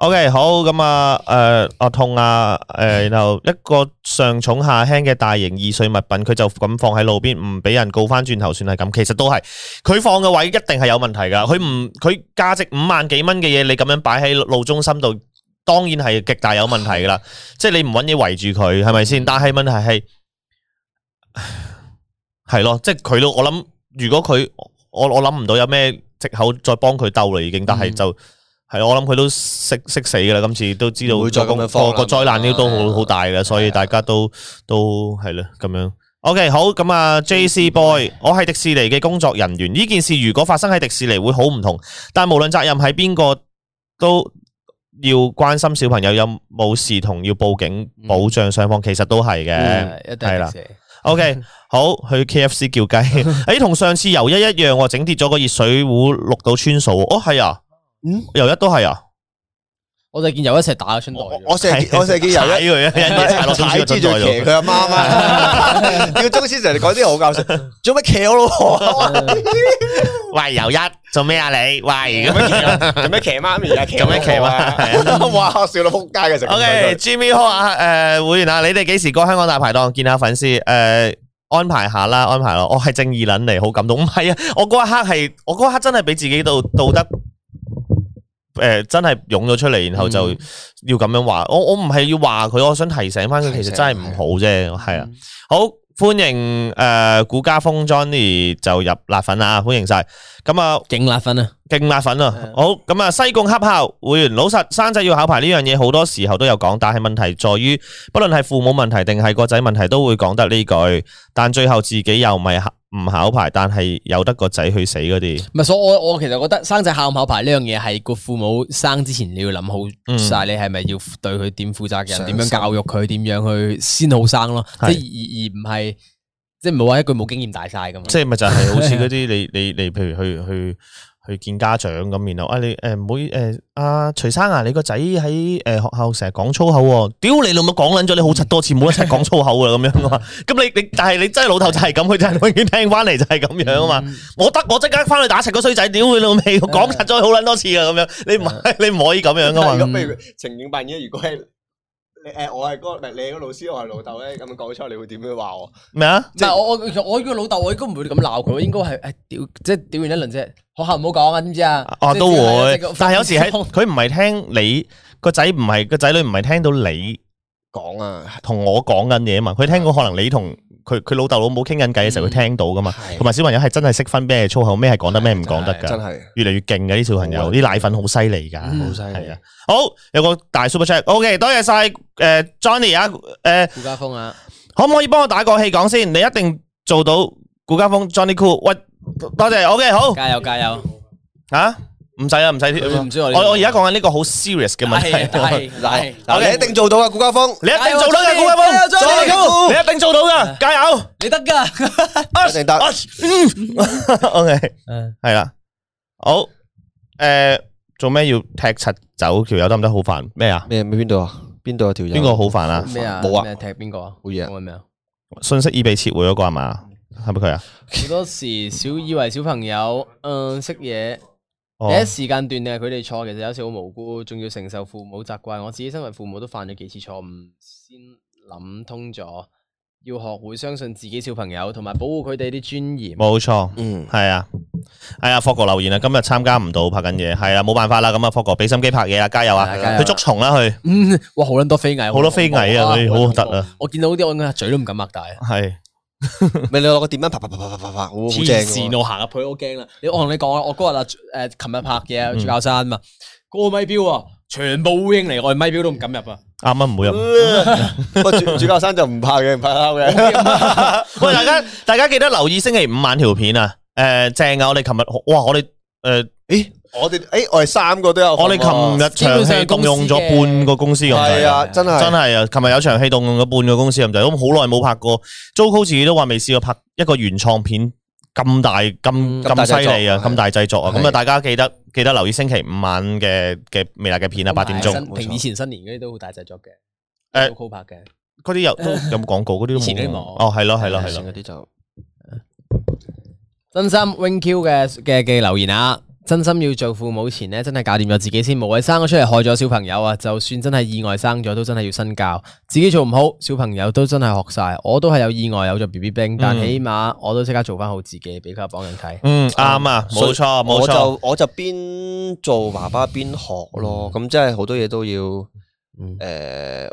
Speaker 1: O、k 好，咁啊，诶、阿痛啊，诶、然後一個上重下輕嘅大型易碎物品，佢就咁放喺路邊，唔俾人告翻轉頭，算係咁。其實都係，佢放嘅位一定係有問題噶。佢唔，佢價值五萬幾蚊嘅嘢，你咁樣擺喺路中心度，當然係極大有問題噶啦。即係你唔揾嘢圍住佢，係咪先？但係問題係，係咯，即係佢都我諗，如果佢我我諗唔到有咩藉口再幫佢鬥啦，已經。但
Speaker 4: 嗯
Speaker 1: 係就係我諗佢都識識死噶啦，今次都知道
Speaker 4: 唔會再咁樣
Speaker 1: 個
Speaker 4: 放
Speaker 1: 個
Speaker 4: 啦啊
Speaker 1: 災難呢都好好大嘅，所以大家都都係啦咁樣。OK，好咁啊，JC Boy，我係迪士尼嘅工作人員。呢件事如果發生喺迪士尼會好唔同，但無論責任係邊個都要關心小朋友有冇事同要報警保障雙方，其實都係嘅。
Speaker 2: 嗯一定
Speaker 1: 係啦
Speaker 2: 係死
Speaker 1: OK，好去 KFC 叫雞，誒同上次游一一樣喎，整跌咗個熱水壺，錄到穿數喎。哦，係啊，
Speaker 4: 嗯
Speaker 1: 游一都係啊，
Speaker 2: 我就見有一齊打咗
Speaker 3: 哦
Speaker 2: 春袋
Speaker 4: 我
Speaker 2: 咗。
Speaker 4: 我成日見我成日見有
Speaker 1: 踩
Speaker 4: 一
Speaker 1: 佢啊， 一嘢踩落中間
Speaker 4: 踩
Speaker 1: 個
Speaker 4: 住
Speaker 1: 樽
Speaker 4: 就
Speaker 1: 袋
Speaker 4: 騎
Speaker 1: 度。
Speaker 4: 佢阿媽啊 嘛，叫周先生你講啲好搞 笑，做乜騎我老 婆？
Speaker 3: 嗯
Speaker 1: 喂，游一做咩啊你？ 喂
Speaker 4: 做
Speaker 1: 咁。
Speaker 4: 乜騎？做乜騎媽咪啊？騎
Speaker 1: 做乜騎
Speaker 4: 媽？ 哇！笑到撲街嘅成個
Speaker 1: O.K.
Speaker 4: 人
Speaker 1: Jimmy Ho 啊，诶、會員啊，你哋幾時過香港大排檔見下粉絲？诶、安排下啦，安排咯。我係正義撚嚟，好感動。唔係啊，我嗰一刻係，我嗰一刻真係俾自己到道德。誒、真係湧咗出嚟，然後就要咁樣話、我我唔係要話佢，我想提醒翻佢，其實真係唔好啫，係啊。好歡迎誒、呃古家風 Johnny 就入辣粉啊，歡迎晒。咁啊，
Speaker 2: 勁辣分啊！
Speaker 1: 劲辣粉啊！好咁啊，西貢恰校會員老實，生仔要考牌呢樣嘢好多時候都有講，但係問題在於，不論係父母問題定係個仔問題，都會講得呢句，但最後自己又唔係唔考牌，但係有得個仔去死嗰啲，
Speaker 3: 唔係，所以我我其實覺得生仔考唔考牌呢樣嘢係個父母生之前你要諗
Speaker 1: 嗯
Speaker 3: 好晒，你係咪要對佢點負責任，
Speaker 4: 上
Speaker 3: 點樣教育佢，點樣去先好生咯，即
Speaker 1: 係
Speaker 3: 係而而而唔係即係唔好話一句冇經驗大晒咁。啊
Speaker 1: 即係咪就係好似嗰啲你你你，譬如去去去見家長咁，然後啊你誒唔好誒阿徐生啊，你個仔喺誒學校成日講粗口喎，屌你老母講撚咗你好柒多次，冇一齊講粗口啊咁樣啊嘛，咁你你但係你真係老豆就係咁，佢就係永遠聽翻嚟就係咁樣啊嘛。
Speaker 3: 嗯
Speaker 1: 我得我即刻翻去打柒個衰仔，屌佢老味，我講柒咗佢好撚多次啊咁樣，你唔係你唔可以咁樣噶
Speaker 4: 但
Speaker 1: 嘛。
Speaker 4: 係如果譬如情景扮演，如果係你誒我係嗰個唔係你係嗰個老師，我係老豆咧，咁樣講出嚟，你會點樣話我？
Speaker 1: 咩啊？
Speaker 3: 唔係我我其實我呢個老豆，我應該唔會咁鬧佢，應該係誒屌，即係屌完一輪啫。學校唔好講啊，知唔知啊？
Speaker 1: 哦，
Speaker 3: 即係
Speaker 1: 都
Speaker 3: 即係
Speaker 1: 會
Speaker 3: 個，
Speaker 1: 但係有時喺佢唔係聽你個仔，唔係個仔女唔係聽到你
Speaker 4: 講啊，
Speaker 1: 同我講緊嘢嘛，佢聽到可能你同佢佢老豆老母傾緊偈嘅時候，佢聽到噶嘛。
Speaker 4: 係
Speaker 1: 同埋小朋友係真係識分咩係粗口，咩係講得，咩唔講得
Speaker 4: 真
Speaker 1: 㗎。
Speaker 4: 係
Speaker 1: 越嚟越勁嘅啲小朋友，
Speaker 4: 好啊
Speaker 1: 啲奶粉好犀利㗎。
Speaker 3: 嗯
Speaker 4: 好犀
Speaker 1: 係
Speaker 4: 利
Speaker 1: 啊。好，有個大 super chat，OK，多謝晒誒 Johnny 啊，誒。
Speaker 3: 顧家峰啊，
Speaker 1: 可唔可以幫我打個氣講先？你一定做到古家風 Johnny Cool。喂，多謝。OK，好
Speaker 3: 加油加 油！
Speaker 1: 吓，唔使啦，唔使。嗯
Speaker 3: 唔需要我哋
Speaker 1: 我我而家講緊呢個好 serious 嘅問題。
Speaker 3: 係係
Speaker 4: 嗱，你一定做到啊，顧家峰，
Speaker 1: 你一定做到嘅，古家
Speaker 3: 加
Speaker 1: 風
Speaker 3: 油 Johnny，啊
Speaker 1: Johnny Cool，你一定做到嘅，加油！
Speaker 3: 你得㗎。
Speaker 4: 一定得。
Speaker 1: OK，
Speaker 3: 嗯
Speaker 1: 係啦，好。誒，做咩要踢柒走條友得唔得？好煩咩啊？
Speaker 4: 咩咩邊度啊？邊度有條友？
Speaker 1: 邊個好煩啊？
Speaker 3: 咩啊？
Speaker 4: 冇啊
Speaker 3: 咩踢邊個啊？
Speaker 4: 冇嘢啊
Speaker 3: 講緊咩啊？
Speaker 1: 信息已被撤回嗰個係嘛？係咪佢啊？
Speaker 3: 好多時小以為小朋友嗯識嘢，
Speaker 1: 哦
Speaker 3: 第一時間段定係佢哋錯，其實有時好無辜，仲要承受父母責怪。我自己身為父母都犯咗幾次錯誤，先諗通咗，要學會相信自己小朋友，同埋保護佢哋啲尊嚴。
Speaker 1: 冇錯。
Speaker 4: 嗯，
Speaker 1: 係啊，係啊，霍哥留言啊，今日參加唔到拍緊嘢，係啊，冇辦法啦，咁啊，霍哥俾心機拍嘢啦，加油啊
Speaker 3: 係啊加！油
Speaker 1: 去捉蟲啦，去
Speaker 3: 嗯，哇，好撚多飛蟻，
Speaker 1: 好多飛蟻啊佢好核突啊！
Speaker 3: 我見到啲我應該嘴都唔敢擘大。啊
Speaker 1: 係
Speaker 4: 咪你攞個電蚊啪啪啪啪啪啪啪，好
Speaker 1: 哦
Speaker 4: 好正
Speaker 3: 黐
Speaker 4: 㗎
Speaker 3: 線，
Speaker 4: 喎。
Speaker 3: 我行入去我驚啦！你我同你講啊，我嗰日啊誒，琴日拍嘢
Speaker 1: 嗯
Speaker 3: 啊，住教山嘛，嗰個咪標啊，全部烏蠅嚟，我係咪標都唔敢入啊！
Speaker 1: 啱啱唔好入。
Speaker 4: 不過主主教生就唔怕嘅，唔怕嬲嘅。
Speaker 1: 喂，大家大家記得留意星期五晚條片啊！诶，正啊！我哋琴日哇，我哋诶，
Speaker 4: 咦，我哋诶，我哋三個都
Speaker 3: 哦
Speaker 4: 有份
Speaker 1: 我
Speaker 4: 喎。
Speaker 1: 哋琴日場戲動用咗半個公司咁
Speaker 4: 係
Speaker 1: 滯啊，
Speaker 4: 啊，真係
Speaker 1: 真係啊！琴日有場戲動用咗半個公司咁滯，咁好耐冇拍過。Joco 自己都話未試過拍一個原創片咁大、咁
Speaker 3: 嗯
Speaker 1: 咁犀利啊、
Speaker 4: 咁
Speaker 1: 咁大製作啊！
Speaker 4: 係
Speaker 1: 咁啊，大家記得記得留意星期五晚嘅嘅微辣嘅片啊，八點鐘。
Speaker 3: 新平以前新年嗰啲都好大製作嘅，
Speaker 1: 誒
Speaker 3: 誒，co 拍嘅，
Speaker 1: 嗰啲有都有冇廣告？嗰啲都
Speaker 3: 以前嗰啲
Speaker 1: 冇
Speaker 3: 冇
Speaker 1: 啊。哦，係咯，係咯，係
Speaker 4: 算
Speaker 1: 咯。
Speaker 4: 嗰啲就
Speaker 3: 真心 wing Q 嘅嘅嘅留言啊！真心要做父母前呢，真係搞掂咗自己先，無謂生咗出嚟害咗小朋友啊！就算真係意外生咗，都真係要身教，自己做唔好，小朋友都真係學晒。我都係有意外有咗 B B 冰，但
Speaker 1: 嗯
Speaker 3: 起碼我都即刻做翻好自己，俾佢榜樣睇。
Speaker 1: 嗯，啱啊，冇錯，冇
Speaker 4: 我
Speaker 1: 錯。
Speaker 4: 就我就邊做爸爸邊學咯，咁即係好多嘢都要
Speaker 3: 嗯
Speaker 4: 诶，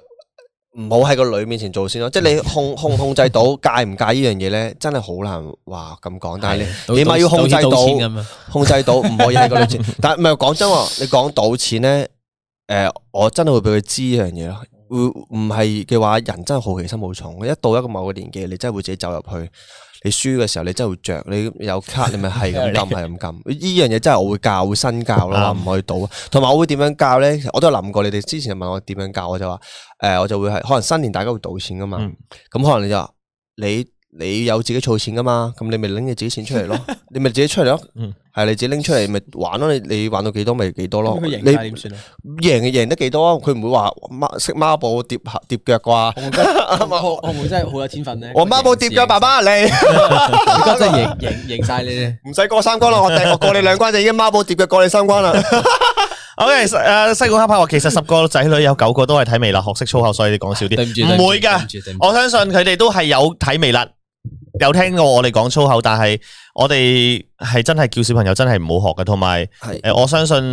Speaker 4: 唔好喺個女面前做先咯。即係你控控唔控制到戒唔戒呢樣嘢咧，真係好難話咁講。但係你起碼要控制
Speaker 3: 賭賭
Speaker 4: 到
Speaker 3: 錢，咁啊！
Speaker 4: 控制到唔可以喺個女前。 但係唔係講真喎，你講賭錢咧，诶，我真係會俾佢知呢樣嘢咯。會唔係嘅話，人真係好奇心好重。一到一個某個年紀，你真係會自己走入去。你輸嘅時候，你真係會着，你有卡，你咪 係咁撳，係咁撳。呢樣嘢真係我會教身教咯，話唔可以賭。同埋我會點樣教咧？我都有諗過，你哋之前問我點樣教，我就話诶、誒我就會係可能新年大家會賭錢噶嘛，咁、
Speaker 1: 嗯
Speaker 4: 可能你就話你你有自己儲錢噶嘛，咁你咪拎你自己錢出 嚟咯，你咪自己出嚟咯，
Speaker 1: 嗯
Speaker 4: 係你自己拎出嚟咪玩咯，你你玩到幾多咪幾
Speaker 1: 啊
Speaker 4: 多咯，
Speaker 3: 咁
Speaker 4: 你
Speaker 3: 佢贏晒點算啊？
Speaker 4: 贏嘅贏得幾多，佢唔會話孖識孖寶疊下疊 腳啩。
Speaker 3: 我覺我我真係好有天分咧！
Speaker 4: 我孖寶疊腳，爸，爸你
Speaker 3: 而家真係 贏贏贏晒你咧！
Speaker 4: 唔使過三關啦，我第我過你兩關就已經孖寶疊腳過你三關啦。
Speaker 1: OK，誒西古黑豹話其實十個仔女有九個都係睇微辣學識粗口，所以你講少
Speaker 3: 對唔住，
Speaker 1: 啲。唔會㗎。我相信佢哋都係有睇微辣，有聽過我哋講粗口，但係我哋係真係叫小朋友 真係唔好學嘅，同埋
Speaker 4: 係
Speaker 1: 诶，誒我相信，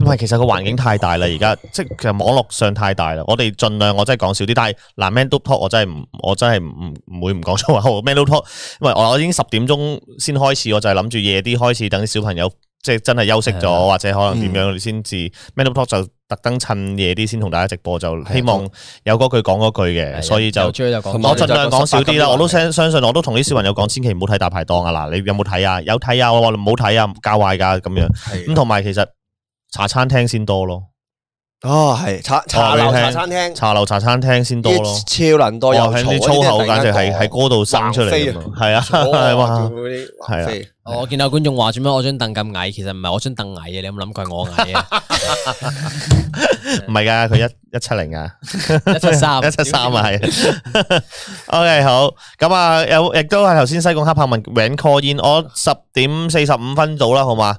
Speaker 1: 因為其實個環境太大啦，而家即係其實網絡上太大啦，我哋盡量我真係講少啲，但係嗱 man do talk 我真係唔，我真係唔唔唔會唔講 粗口 man do talk，因為我我已經十點鐘先開始，我就係諗住夜啲開始等啲小朋友即係真係休息咗，或者可能點樣，你先至 Man Up Talk 就特登趁夜啲先同大家直播，就希望有嗰句講嗰句
Speaker 3: 啊
Speaker 1: 嘅，所以就
Speaker 3: 有追就講
Speaker 4: 同埋
Speaker 1: 我盡量講少啲啦，我都
Speaker 4: 想
Speaker 1: 相相信，我都同啲小朋友講，千祈唔好睇大排檔啊！嗱，你有冇睇啊？有睇啊！我話唔好睇啊，教壞㗎咁樣。咁同埋其實茶餐廳先多咯，
Speaker 4: 哦，系茶茶
Speaker 1: 話
Speaker 4: 楼
Speaker 1: 俾你聽
Speaker 4: 茶餐廳
Speaker 1: 茶樓茶餐廳先多咯。
Speaker 4: 超能多
Speaker 1: 我
Speaker 4: 有
Speaker 1: 喺啲粗口，簡直係喺嗰度生出嚟㗎嘛， 係啊，係
Speaker 4: 哇！
Speaker 1: 嘛，
Speaker 4: 係
Speaker 1: 係啊
Speaker 4: 啊，
Speaker 3: 我見到有觀眾話做咩我張凳咁矮，其實唔係我張凳矮啊嘅，你有冇諗過係我矮啊？
Speaker 1: 唔係㗎，佢一一七零啊。
Speaker 3: 一七三，
Speaker 1: 一七三 啊，系。OK，好，咁啊，有亦都系头先西贡黑豹问 w a n call in，我十点四十五分到啦，好嘛？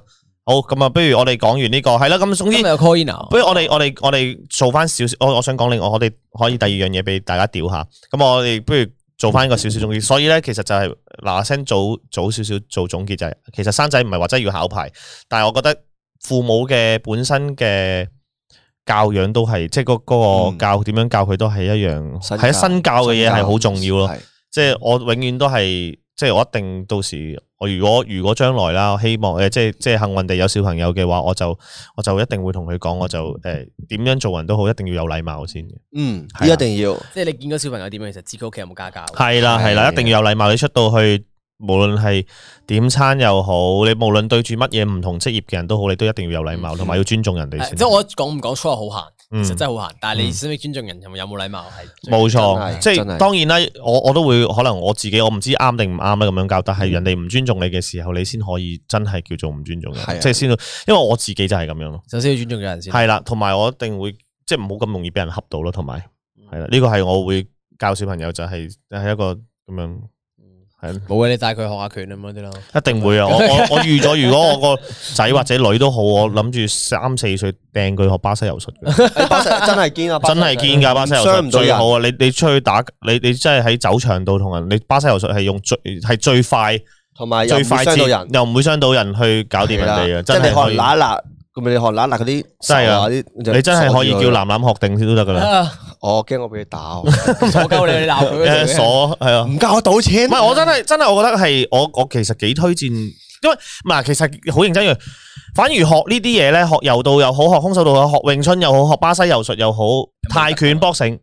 Speaker 1: 好，咁啊，不如我哋讲完呢、個，个，系啦，咁总
Speaker 3: 今
Speaker 1: 之
Speaker 3: 日。有 call in 啊？
Speaker 1: 不如我哋我哋我哋做翻少少，我我想講另外，我哋可以第二樣嘢俾大家屌下。咁我哋不如做翻個少少總結。所以咧，其實就係嗱嗱聲早早少少做總結就係、其實生仔唔係話真係要考牌，但係我覺得父母嘅本身嘅教養都係即係嗰嗰個
Speaker 4: 嗯
Speaker 1: 教點樣教佢都係一樣，
Speaker 4: 身
Speaker 1: 係啊
Speaker 4: 教
Speaker 1: 身教嘅嘢係好重要咯。
Speaker 4: 係。
Speaker 1: 即係我永遠都係，即係我一定到時，我如果如果將來啦，我希望诶，即係即系幸運地有小朋友嘅話，我就我就一定會同佢講，我就诶点、樣做人都好，一定要有禮貌先嘅。
Speaker 4: 嗯，
Speaker 1: 係啊
Speaker 4: 呢一定 要。
Speaker 3: 即係你見嗰小朋友點樣，啊其實知佢屋企有冇家教。
Speaker 1: 係啦係啊啦，
Speaker 4: 係
Speaker 1: 一定要有禮貌。你出到去，無論係點餐又好，你無論對住乜嘢唔同職業嘅人都好，你都一定要有禮貌，同埋要尊重人哋
Speaker 3: 誒
Speaker 1: 先。
Speaker 3: 即係我講唔講粗口好閒，
Speaker 1: 嗯
Speaker 3: 其實真係好閒。但係你使唔使尊重人，有冇有冇禮貌係最？
Speaker 1: 冇
Speaker 4: 真係
Speaker 1: 錯，即
Speaker 4: 真
Speaker 1: 係
Speaker 4: 係
Speaker 1: 當然啦，我我都會可能我自己我唔知啱定唔啱啦咁樣教，但
Speaker 4: 嗯
Speaker 1: 係人哋唔尊重你嘅時候，你先可以真係叫做唔尊重人
Speaker 4: 係啊，
Speaker 1: 即係先到，因為我自己就係咁樣咯，
Speaker 3: 首先要尊重咗人先。
Speaker 1: 係啦，同埋我一定會即係唔好咁容易俾人恰到咯，同埋
Speaker 4: 嗯
Speaker 1: 係啦，呢個係我會教小朋友就係係一個咁樣。
Speaker 4: 嗯
Speaker 1: 係
Speaker 3: 冇嘅，啊你帶佢學下拳咁嗰啲咯。
Speaker 1: 一定 會啊！我我我預咗，如果我個仔或者女都好，我諗住三四歲掟佢學巴西柔術嘅。
Speaker 4: 誒巴西真係堅啊！巴
Speaker 1: 真
Speaker 4: 西
Speaker 1: 係堅㗎，巴西柔
Speaker 4: 傷唔
Speaker 1: 術
Speaker 4: 到
Speaker 1: 最
Speaker 4: 人
Speaker 1: 好啊！你你出去打，你你真係喺走場度同人，你巴西柔術係用最係最快、
Speaker 4: 同埋又
Speaker 1: 最
Speaker 4: 唔
Speaker 1: 快
Speaker 4: 會傷
Speaker 1: 捷
Speaker 4: 到人，
Speaker 1: 又唔會傷到人去搞掂人哋嘅，啊
Speaker 4: 即係
Speaker 1: 真
Speaker 4: 你
Speaker 1: 係
Speaker 4: 學
Speaker 1: 可以
Speaker 4: 揦揦，咁你學揦揦嗰啲手啊啲，
Speaker 1: 你真係可以叫
Speaker 4: 男。
Speaker 1: 男男學定先都得㗎 啦。
Speaker 4: 我驚我俾佢 打喎，
Speaker 3: 我鳩你，你鬧
Speaker 1: 誒
Speaker 3: 佢嗰
Speaker 1: 傻係啊！
Speaker 4: 唔交我賭錢。
Speaker 1: 唔係，我真
Speaker 4: 嗯
Speaker 1: 係真係，我覺得係我我其實幾推薦，因為唔係其實好認真嘅。反而學呢啲嘢咧，學柔道又好，學空手道又好，學詠春又好，學巴西柔術又好，泰
Speaker 4: 嗯
Speaker 1: 拳、boxing，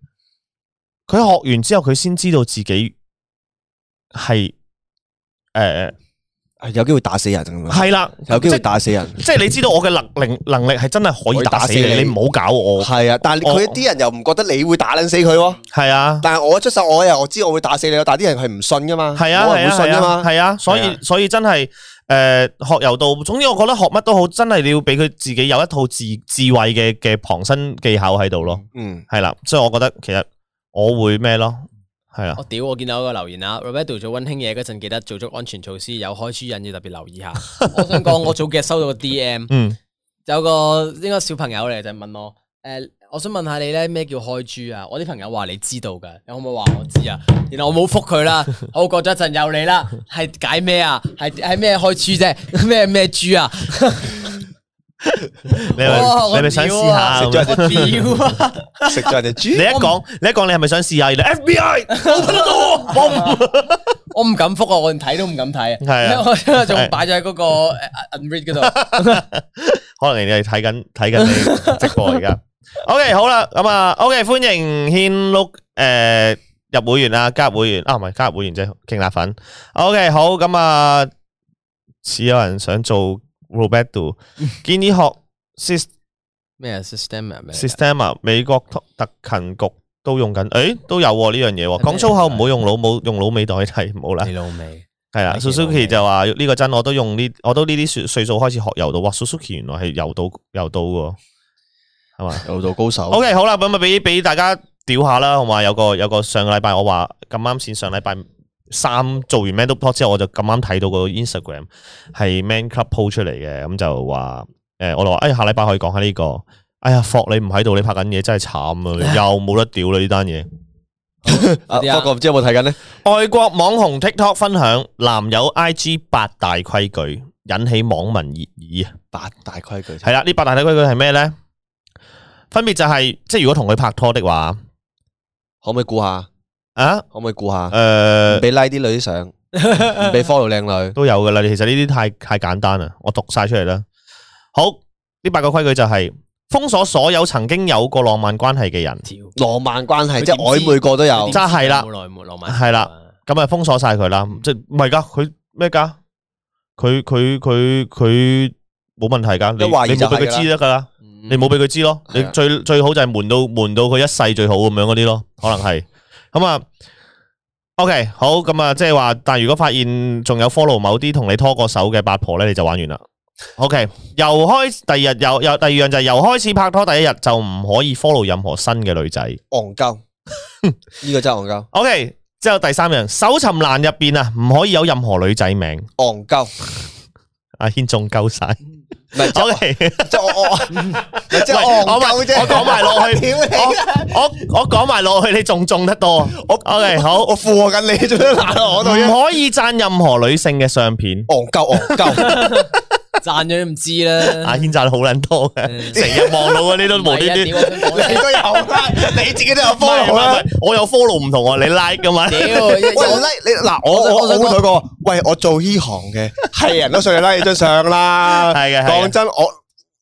Speaker 1: 佢學完之後，佢先知道自己係誒
Speaker 4: 係有機會打死人咁樣，
Speaker 1: 係啦，
Speaker 4: 嗯有機會
Speaker 1: 即
Speaker 4: 打死人。
Speaker 1: 即係你知道我嘅能力能力係真係可以打死你，
Speaker 4: 可以打死你
Speaker 1: 你唔好搞我，
Speaker 4: 係啊，但係佢啲人又唔覺得你會打撚死佢喎。
Speaker 1: 係啊。
Speaker 4: 但係我一出手，我又我知我會打死你，但係啲人係唔信噶嘛，
Speaker 1: 係啊，
Speaker 4: 冇人會信
Speaker 1: 係
Speaker 4: 噶
Speaker 1: 啊，
Speaker 4: 嘛。
Speaker 1: 係啊，所以所以真係诶、呃、学柔道，總之我覺得學乜都好，真係你要俾佢自己有一套智智慧嘅嘅旁身技巧喺度咯，
Speaker 4: 嗯，
Speaker 1: 係啦，所以我覺得其實我會咩咯，係啦
Speaker 3: 我，屌！我見到有個留言啊 r o b e r t o 做温馨嘢嗰陣，記得做足安全措施，有開豬印要特別留 意下。我想講，我早幾日收到個 DM，
Speaker 1: 嗯，
Speaker 3: 有個應該小朋友嚟就問我，誒、我想問下你咧咩叫開豬啊？我啲朋友話你知道㗎，你可唔可以話我知啊？然後我冇覆佢 啦，我過咗一陣又嚟啦，係解咩啊？係係咩開豬啫？ 咩咩豬啊？
Speaker 1: 你咪
Speaker 3: 哦
Speaker 1: 你咪想試下啊
Speaker 3: 食
Speaker 1: 咁樣？
Speaker 3: 咗啊屌 啊！
Speaker 4: 食咗人哋
Speaker 1: 你一
Speaker 4: 豬，
Speaker 1: 講你一講你係咪想試下？你 FBI 我得到我，我 唔
Speaker 3: 我唔敢覆啊，我連睇都唔敢睇啊，
Speaker 1: 係啊
Speaker 3: 我仲擺咗喺嗰個呃 unread 嗰度。
Speaker 1: 可能你哋睇緊睇緊你直播而家。OK，好啦，咁啊，OK，歡迎軒碌诶入會員啊，加入會員啊，唔係加入會員啫，勁辣粉。OK，好，咁啊，似有人想做 Roberto，建議學 Sys-
Speaker 3: 咩 system 啊？咩
Speaker 1: Systema，美國特特勤局都用緊，诶、都有喎呢樣嘢喎。講粗口唔好用老母，用老尾代替，唔好啦
Speaker 3: 你。老味，
Speaker 1: 係啦
Speaker 3: 睇幾耐
Speaker 1: ，Suzuki 就話呢個真，我都用呢，我都呢啲歲歲數開始學柔道。哇，Suzuki 原來係柔道柔道喎，係嘛
Speaker 4: 柔道高手。
Speaker 1: ？OK，好啦，咁咪啊俾俾大家屌下啦，好嘛？有個有個上個禮拜我話咁啱先，上禮拜三做完 Man Up Talk 之後，我就咁啱睇到個 Instagram 係 Man Club po 出嚟嘅，咁就話誒、我就話哎下禮拜可以講下呢、個。哎呀，霍你唔喺度，你拍緊嘢真係慘啊！又冇得屌啦呢單嘢。
Speaker 4: 啊，
Speaker 3: 啲啊
Speaker 4: 不過唔知有冇睇緊咧？
Speaker 1: 外國網紅 TikTok 分享男友 IG 八大規矩，引起網民熱議啊！
Speaker 4: 八大規矩。
Speaker 1: 系啦，呢八大規矩係咩呢？分別就係即系如果同佢拍拖的話，
Speaker 4: 可唔可以估下？
Speaker 1: 啊，呃
Speaker 4: 可唔可以估下？
Speaker 1: 诶、
Speaker 4: 唔俾 like 啲女啲相，唔俾 follow 靚女。
Speaker 1: 都有噶啦。其實呢啲太太简单啦，我讀晒出嚟啦。好，呢八個規矩就係封鎖所有曾經有過浪漫關係嘅人，
Speaker 4: 浪漫關係
Speaker 3: 佢
Speaker 4: 即
Speaker 3: 點
Speaker 4: 係
Speaker 3: 知
Speaker 4: 曖昧過都有
Speaker 1: 真，係啦
Speaker 3: 冇耐冇浪漫，
Speaker 1: 係啦，咁啊封鎖晒佢啦。即係唔係㗎？佢咩㗎？佢佢佢佢冇問題㗎。你
Speaker 4: 一懷疑
Speaker 1: 你
Speaker 4: 就
Speaker 1: 冇
Speaker 4: 係㗎啦
Speaker 1: 俾佢知得㗎啦。你
Speaker 3: 你
Speaker 1: 冇俾佢知咯，你
Speaker 4: 係啊
Speaker 1: 最最好就係瞞到瞞到佢一世最好咁樣嗰啲咯，可能係咁啊。OK，好咁啊，即係話，但如果發現仲有 follow 某啲同你拖過手嘅八婆咧，你就玩完啦。OK，又開第二日又又第二樣就係由開始拍拖第一日就唔可以 follow 任何新嘅女仔。
Speaker 4: 戇鳩，呢個真係戇鳩，
Speaker 1: OK，之後第三樣搜尋欄入邊啊，唔可以有任何女仔名。
Speaker 4: 戇鳩，
Speaker 1: 阿軒中鳩晒。
Speaker 4: 唔係即係
Speaker 1: OK。
Speaker 4: 即係我我唔係即係
Speaker 1: 喂
Speaker 4: 戇
Speaker 1: 我咪
Speaker 4: 鳩啫，
Speaker 1: 我講埋落去
Speaker 4: 屌你，
Speaker 1: 我我講埋落去，你仲中得多。
Speaker 4: 我
Speaker 1: OK，好。
Speaker 4: 我附和緊你，做咩鬧我度啫？
Speaker 1: 唔可以讚任何女性嘅相片。
Speaker 4: 戇鳩戇 鳩，
Speaker 3: 赞咗都唔知啦
Speaker 1: 阿。軒讚好撚多嘅，成日望到嗰啲都無端端
Speaker 3: 嗯唔係。啊屌我想
Speaker 4: 你
Speaker 3: 講
Speaker 4: 都有啦，你自己都有
Speaker 1: 唔係
Speaker 4: follow 啊
Speaker 1: 唔
Speaker 4: 啦
Speaker 1: 係。唔係我有 follow 唔同我，你 like 噶嘛？
Speaker 3: 屌，一
Speaker 4: 喂，拉你嗱，我我我會同佢講，喂，我做呢行嘅，係人都想你拉你張相啦。
Speaker 1: 係嘅係嘅
Speaker 4: 講真，我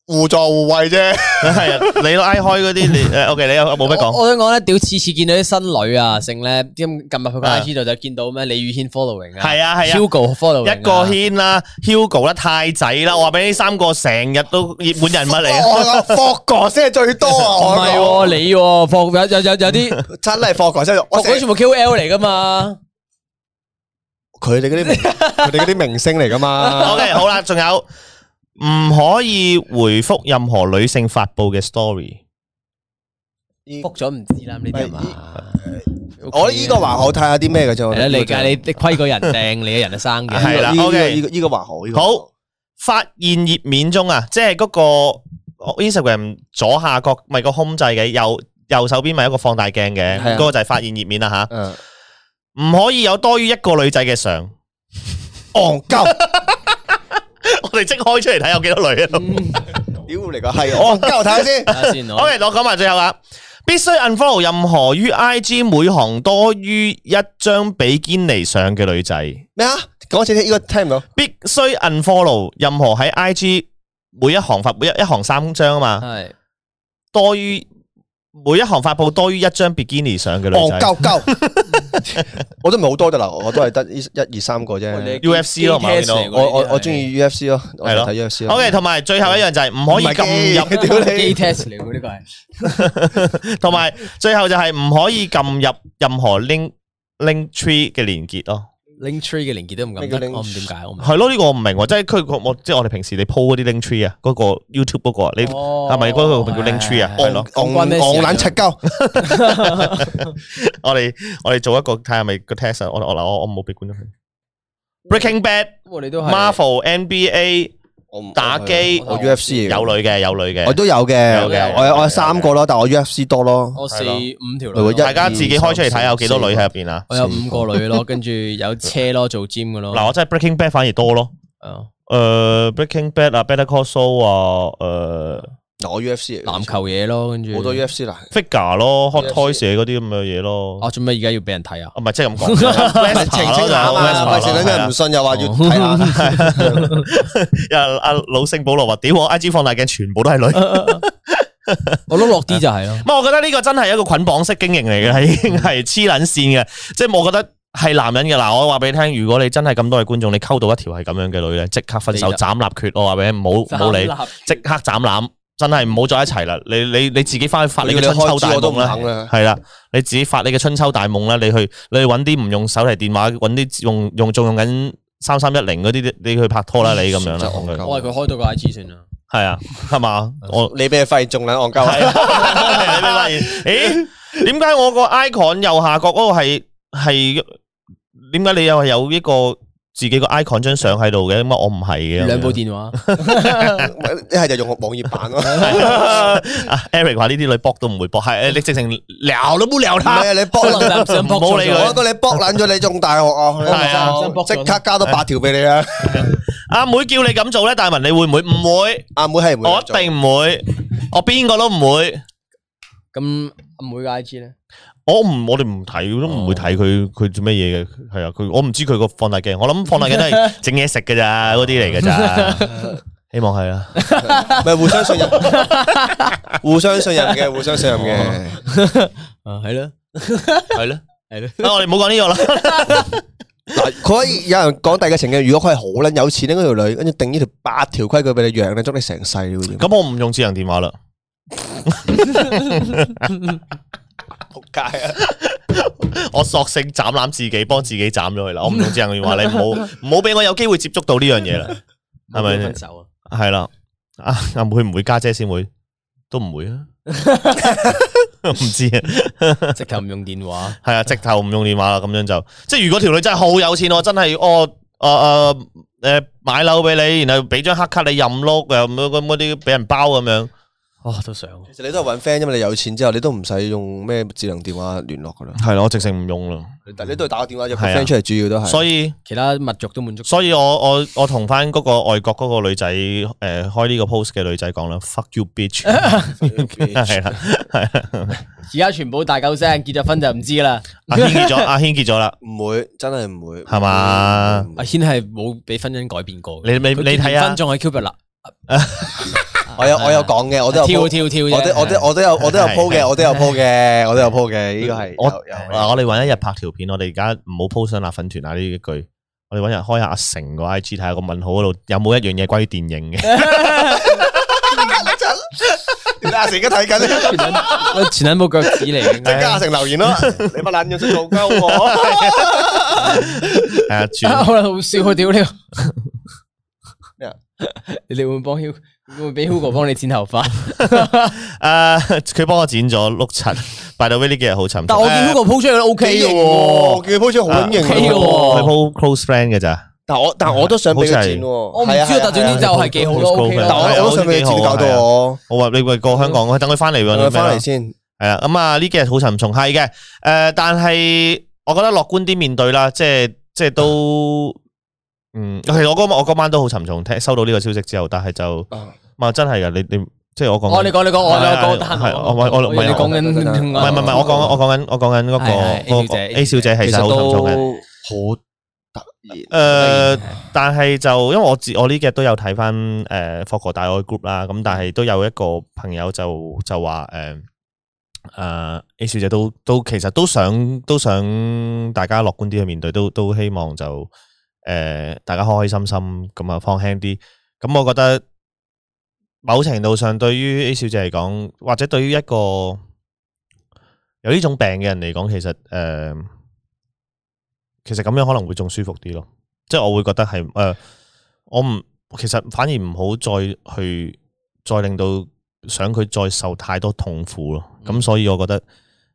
Speaker 4: 互助互惠啫。
Speaker 1: 係啊，你 like 開嗰啲，你誒 OK，你有冇咩
Speaker 3: 我
Speaker 1: 講？
Speaker 3: 我想講咧，屌次次見到啲新女啊，剩咧，咁近日佢個
Speaker 1: 啊
Speaker 3: I G 度就見到咩李宇軒 following 啊，
Speaker 1: 係啊係啊
Speaker 3: Hugo following 啊
Speaker 1: 一個軒啦，Hugo 啦，太仔啦，我話俾你三個成日都熱門人物嚟啊。
Speaker 4: 我講霍哥先係最多啊！
Speaker 3: 唔
Speaker 4: 我
Speaker 3: 係喎，你喎放有有有有啲，
Speaker 4: 你真係霍哥先係最多，
Speaker 3: 我
Speaker 4: 我成
Speaker 3: 嗰啲全部 Q L 嚟噶嘛，
Speaker 4: 佢哋嗰 啲明佢哋嗰啲明星嚟噶嘛？
Speaker 1: OK，好啦，仲有唔可以回覆任何女性發布嘅 story。
Speaker 3: 覆咗唔知啦呢啲係
Speaker 4: 咪
Speaker 3: 嘛，
Speaker 4: 我呢個還好，睇下啲咩嘅啫。我
Speaker 3: 係
Speaker 4: 覺
Speaker 3: 啦，
Speaker 4: 得
Speaker 3: 你你你虧過人掟，你嘅人就生嘅，
Speaker 1: 係啦
Speaker 4: 呢個
Speaker 1: OK
Speaker 4: 呢個呢個還好。呢個
Speaker 1: 好發現頁面中啊，即係嗰個哦 Instagram 左下角咪個 home 掣嘅，右右手邊咪有一個放大鏡嘅，
Speaker 4: 係啊
Speaker 1: 嗰個就係發現頁面啦吓，
Speaker 4: 嗯，
Speaker 1: 唔可以有多於一個女仔嘅相，
Speaker 4: 戇鳩，
Speaker 1: 我哋即開出嚟睇有幾多女啊。
Speaker 4: 嗯 屌你個係啊戇鳩，睇下先。
Speaker 3: 睇下先我
Speaker 1: OK，我講埋最後啦，必須 unfollow 任何於 IG 每行多於一張比堅尼相嘅女仔，
Speaker 4: 咩啊？講一次先，呢個聽唔到。
Speaker 1: 必須 unfollow 任何喺 IG 每一行發每一一行三張啊嘛，
Speaker 3: 係
Speaker 1: 多於每一行發布多於一張比堅尼相嘅女
Speaker 4: 戇
Speaker 1: 仔。
Speaker 4: 鳩鳩，我都唔係好多得啦，我都係得一一二三個
Speaker 3: 喂
Speaker 4: 啫
Speaker 3: 哦你。
Speaker 1: UFC 咯係嘛
Speaker 3: 機 test 嚟㗎
Speaker 4: 我我
Speaker 3: 呢啲係
Speaker 4: 我中 意 UFC 咯，我就睇 UFC 咯。
Speaker 1: OK，同埋最後一樣就係唔可以
Speaker 4: 唔係
Speaker 1: 撳
Speaker 4: 機屌
Speaker 3: 機
Speaker 4: 你
Speaker 3: test 嚟嘅呢個係。
Speaker 1: 入，同埋最後就係唔可以撳入任何 link link tree 嘅連結咯。
Speaker 3: link tree 嘅連結都唔敢
Speaker 4: 咩叫
Speaker 3: 得，
Speaker 4: link
Speaker 3: 我唔點解我唔
Speaker 1: 係咯，呢個我唔明喎，即係佢個我即係我哋平時你 po 嗰啲 link tree 啊，嗰個 YouTube 嗰個啊，你
Speaker 4: 哦
Speaker 1: 係
Speaker 3: 係
Speaker 1: 咪嗰個叫 link tree 啊？係咯，
Speaker 4: 戇
Speaker 3: 關咩 事啊
Speaker 4: 戇撚柒 鳩，
Speaker 1: 我哋我哋做一個睇下咪個 test 啊，我我嗱我我冇俾觀眾睇。Breaking Bad、
Speaker 3: 我哋都 係
Speaker 1: Marvel、NBA 打機
Speaker 4: 我 UFC
Speaker 1: 有女嘅有女嘅，
Speaker 4: 我都有嘅，
Speaker 1: 有嘅
Speaker 4: 我有我
Speaker 1: 有嘅
Speaker 4: 有三個咯，但我 UFC 多咯。
Speaker 3: 我四
Speaker 1: 係咯
Speaker 3: 五條
Speaker 4: 我
Speaker 3: 女
Speaker 4: 一
Speaker 3: 咯，
Speaker 1: 大家自己開出嚟睇下有幾多女喺入邊啊！
Speaker 3: 我有五個女咯，跟住有車咯，做 gym 嘅咯。
Speaker 1: 嗱，我真係 Breaking Bad 反而多咯。
Speaker 3: 啊
Speaker 1: 誒、Breaking Bad 啊，Better Call Saul 啊，誒、
Speaker 4: 我 UFC
Speaker 3: 籃球嘢咯，跟住
Speaker 4: 好多 UFC 啦，
Speaker 1: Figure 咯，Hot
Speaker 4: UFC
Speaker 1: Toys 嗰啲咁嘅嘢咯，啊
Speaker 3: 啊，做咩而家要俾人 睇啊？
Speaker 1: 唔係即係 咁講 Vespa
Speaker 4: 哦澄清下啊
Speaker 1: 咯
Speaker 4: 嘛，
Speaker 1: ，Vespa
Speaker 4: 費
Speaker 1: 咯
Speaker 4: 事等
Speaker 1: 係
Speaker 4: 人
Speaker 1: 啊
Speaker 4: 唔信又話要睇下。
Speaker 1: 有人阿老聖保羅話：屌我 IG 放大鏡全部都係 女。唔
Speaker 3: 我碌落啲就係 咯，
Speaker 1: 係，我覺得呢個真係一個捆綁式經營嚟嘅，係已經係黐撚線嘅。即係我覺得係男人嘅嗱，我話俾你聽，如果你真係咁多嘅觀眾，你溝到一條係咁樣嘅女咧，即刻分手
Speaker 3: 你就
Speaker 1: 斬立決。我話俾你聽，唔好唔好理，即刻斬攬，真係唔好再一齊啦。你你你自己翻去發你
Speaker 4: 要
Speaker 1: 嘅
Speaker 4: 你
Speaker 1: 春秋
Speaker 4: 開
Speaker 1: 大
Speaker 4: 支我都唔
Speaker 1: 夢啦
Speaker 4: 肯。啦。
Speaker 1: 系啦，你自己發你嘅春秋大夢啦，你去你去揾啲唔用手提電話，揾啲用用仲用緊三三一零嗰啲，你去拍拖啦，你咁樣啦，
Speaker 4: 真係戇鳩
Speaker 3: 我係佢開到個 I G 算啦。
Speaker 1: 係啊，係嘛，我
Speaker 4: 你俾佢發現中撚戇鳩
Speaker 1: 係
Speaker 4: 啊，
Speaker 1: 啊， 你咪發現，咦，點解我個 icon 右下角嗰個係係點解你又係有一個自己個 icon 張相喺度嘅？咁啊，我唔係嘅，
Speaker 3: 兩部電話，
Speaker 4: 一係就用網頁版咯。
Speaker 1: 啊 Eric 話呢啲女搏都唔會搏，係你直情撩都冇撩
Speaker 4: 唔
Speaker 1: 他，
Speaker 4: 係啊，你搏
Speaker 3: 可能
Speaker 4: 撚，
Speaker 3: 就想
Speaker 1: 唔好理佢
Speaker 4: 我覺得你搏撚咗你中大學啊，
Speaker 1: 係啊
Speaker 4: 你就即刻加多八條俾你啊！
Speaker 1: 阿妹叫你咁做咧，大文你會唔會？唔會。
Speaker 4: 阿妹係唔會
Speaker 1: 我
Speaker 4: 咁
Speaker 1: 一
Speaker 4: 做
Speaker 1: 定唔會，我邊個都唔會，
Speaker 3: 咁每個 I G 咧，
Speaker 1: 我唔我哋唔睇，都唔
Speaker 4: 哦
Speaker 1: 會睇佢佢做咩嘢嘅， 係啊，佢我唔知佢個放大鏡，我諗放大鏡都係整嘢食嘅咋，嗰啲嚟嘅咋，希望係啦。
Speaker 4: 咪互相信 任，互相信任嘅，互相信任嘅。
Speaker 3: 啊，系咯，
Speaker 1: 系咯，
Speaker 3: 系咯，
Speaker 1: 啊，我哋唔好講呢個 啦。
Speaker 4: 嗱，佢可以有人講第二嘅情嘅，如果佢係好撚有錢咧，嗰條女跟住定呢條八條規矩俾你養，你捉你成世你會點？
Speaker 1: 咁我唔用智能電話啦，
Speaker 4: 仆街啊！
Speaker 1: 我索性斬攬自己，幫自己斬咗佢啦。我唔用智能電話，你唔好唔好俾我有機會接觸到呢樣嘢啦。係咪
Speaker 3: 分手啊？
Speaker 1: 係啦，啊，阿妹唔會家姐先會，都唔會 啊。唔知啊，
Speaker 3: 直头唔用电话，
Speaker 1: 係啊，直頭唔用電話啦，咁樣就即係如果條女真係好有錢，我真係我誒誒誒買樓俾你，然後俾張黑卡你任碌誒咁咁嗰啲俾人包咁樣。哦
Speaker 3: 哇，都想
Speaker 4: 其實你都係揾 friend 啫嘛，你有錢之後，你都唔使用咩智能電話聯絡噶啦，
Speaker 1: 係啦，我直情唔用啦。
Speaker 4: 你都你都係打個電話約個
Speaker 1: 係啊
Speaker 4: friend 出嚟，主要都係。
Speaker 1: 所以
Speaker 3: 其他物欲都满足。
Speaker 1: 所以我我我同翻嗰個外國嗰個女仔誒、呃、開呢個 post 嘅女仔講啦，fuck you bitch，係啦，
Speaker 3: 而家全部大狗声，结咗婚就唔知啦。
Speaker 1: 阿軒結咗，阿軒結咗啦，
Speaker 4: 唔會，真係唔會，
Speaker 1: 係嘛
Speaker 4: 唔會？唔
Speaker 3: 阿
Speaker 4: 會
Speaker 3: 轩系冇俾婚姻改变过嘅，
Speaker 1: 你你
Speaker 3: 佢
Speaker 1: 你睇
Speaker 3: 結完
Speaker 1: 啊
Speaker 3: 婚，仲喺 Q 币啦，
Speaker 4: 我有我有講嘅，我都
Speaker 3: 哎啊
Speaker 4: 有
Speaker 3: 跳
Speaker 4: po-
Speaker 3: 跳跳啫
Speaker 4: 我都我都我都有我都有 po 嘅，我都有 po 嘅，我都有 po 嘅，呢個係
Speaker 1: 我
Speaker 4: 有 有
Speaker 1: 啊我哋揾一日拍條片，我哋而家唔好 post 上辣粉團啊呢一句。我哋揾日開下阿成個 IG 睇下個問號嗰度有冇一樣嘢關於電 影嘅，
Speaker 4: 原來阿成而家睇緊，
Speaker 3: 我前捻部脚趾 嚟
Speaker 4: 即刻
Speaker 3: 嘅
Speaker 4: 阿。成留言咯，你乜撚嘢識做鳩我？
Speaker 1: 係 啊，轉
Speaker 3: 好啦，好笑啊！屌你
Speaker 4: 咩啊！
Speaker 3: 你哋會唔會幫 Hugo？會唔會俾 Hugo 幫你剪頭髮？
Speaker 1: 誒佢幫我剪咗碌柒，by the way 呢幾日好沉重。
Speaker 3: 但我
Speaker 1: 誒
Speaker 3: 見 Hugo 鋪出去都 OK 嘅喎，
Speaker 4: 佢 po 出好撚型
Speaker 1: 佢
Speaker 3: 啊 OK
Speaker 4: 喎
Speaker 3: 喎。
Speaker 1: 佢 po close friend 嘅咋，
Speaker 4: 但我但我都想俾佢剪喎，
Speaker 3: 我
Speaker 4: 我
Speaker 3: 唔知啊，但總之就係幾好咯
Speaker 1: Hugo
Speaker 3: ，OK
Speaker 1: 鋪
Speaker 4: 但
Speaker 3: 咯
Speaker 1: 係啊
Speaker 4: 我我都想俾佢剪，搞到我
Speaker 1: 我話你咪過香港，我等佢翻嚟喎，你
Speaker 4: 我
Speaker 1: 咩啊
Speaker 4: 翻
Speaker 1: 啦
Speaker 4: 嚟先。
Speaker 1: 系啦，咁啊呢幾日好沉重，係嘅，诶、但係我覺得樂觀啲面對啦，即係即系都，嗯，其實我嗰晚我嗰晚都好沉重，聽收到呢個消息之後，但係就，
Speaker 4: 啊
Speaker 1: 嘛真係噶，你你即係我講
Speaker 3: 哦，
Speaker 1: 緊，
Speaker 3: 你講你講，我
Speaker 1: 係啊
Speaker 3: 我講
Speaker 1: 係啊
Speaker 3: 單
Speaker 1: 係啊我我我
Speaker 3: 我以為你講緊，
Speaker 4: 唔
Speaker 1: 唔係唔係唔係，我講我講緊我講緊嗰個
Speaker 3: 係係
Speaker 1: 嗰
Speaker 3: A
Speaker 1: 個
Speaker 3: 小姐
Speaker 1: A 小姐其
Speaker 4: 其
Speaker 1: 實
Speaker 4: 實
Speaker 1: 好沉重嘅，
Speaker 4: 都好突然。
Speaker 1: 诶、但係就因為我自我呢幾日都有睇翻诶霍哥大愛 group 啦，咁但係都有一個朋友就就話诶诶 A 小姐都都其實都想都想大家樂觀啲去面對，都都希望就诶、呃大家開開心心咁啊放輕啲。咁我覺得某程度上對於 A 小姐嚟講，或者對於一個有呢種病嘅人嚟講，其實诶。呃其實咁樣可能會仲舒服啲咯。即係我會覺得係誒、呃我唔其實反而唔好再去再令到想佢再受太多痛苦咯。咁、所以我覺得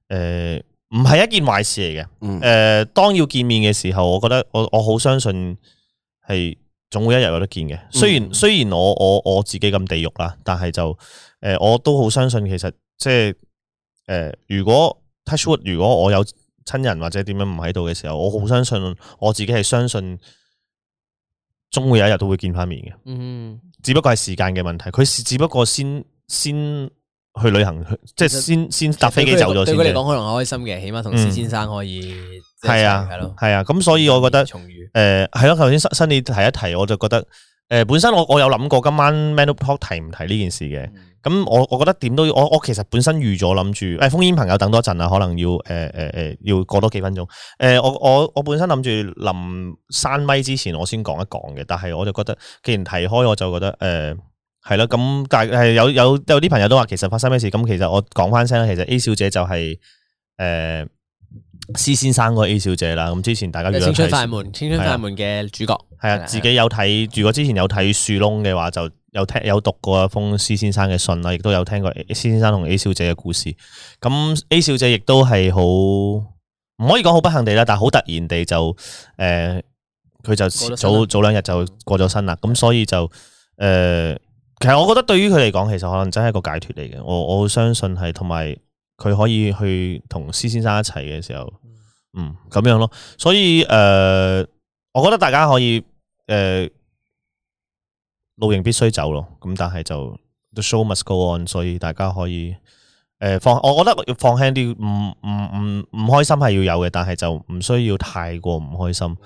Speaker 1: 誒唔係一件壞事嚟嘅。
Speaker 4: 嗯
Speaker 1: 誒、當要見面嘅時候，我覺得我我好相信係總會一日有得見嘅。雖然、雖然我我我自己咁地獄啦，但係就誒、呃我都好相信其實即係誒、呃如果 touch wood，如果我有親人或者點樣唔喺度嘅時候，我好相信我自己係相信，終會有一日都會見翻面嘅。
Speaker 3: 嗯，
Speaker 1: 只不過係時間嘅問題，佢是只不過先先去旅行，去即係
Speaker 3: 其實
Speaker 1: 先先搭飛機走咗先
Speaker 3: 對佢嚟
Speaker 1: 啫。
Speaker 3: 講，可能開心嘅，起碼同施先生可以即係
Speaker 1: 係啊
Speaker 3: 一齊係咯，。
Speaker 1: 係啊，咁所以我覺得。
Speaker 3: 重遇
Speaker 1: 诶，系呃咯，頭先新新你提一提，我就覺得诶、呃本身我我有諗過今晚 Man Up Talk 提唔提呢件事
Speaker 3: 嗯
Speaker 1: 嘅。咁我我覺得點都要，我我其實本身預咗諗住，誒烽煙朋友等多陣啊，可能要誒誒誒要過多幾分鐘。誒、我我我本身諗住臨閂咪之前我先講一講嘅，但係我就覺得既然提開，我就覺得誒係啦。咁、但係有有有啲朋友都話其實發生咩事，咁其實我講翻聲啦，其實 A 小姐就係、誒。施先生嗰個 A 小姐啦，咁之前大家如
Speaker 3: 嘅
Speaker 1: 果
Speaker 3: 青春
Speaker 1: 睇
Speaker 3: 快門，青春快門嘅主角
Speaker 1: 系啊，自己有睇，如果之前有睇樹窿嘅話，就有聽有讀過封施先生嘅信啦，亦都有聽過 A- 施先生同 A 小姐嘅故事。咁 A 小姐亦都係好唔可以講好不幸地啦，但係好突然地就诶，佢、就
Speaker 3: 咗身嗯
Speaker 1: 早早兩日就過咗身啦。咁所以就诶、呃其實我覺得對於佢嚟講，其實可能真係一個解脱嚟嘅。我我相信係同埋佢可以去同施先生一齊嘅時候，嗯咁樣咯。所以诶。呃我覺得大家可以诶、呃露營必須走咯。咁但係就 the show must go on，所以大家可以诶、呃放，我覺得要放輕啲，唔唔唔唔開心係要有嘅，但係就唔需要太過唔開心。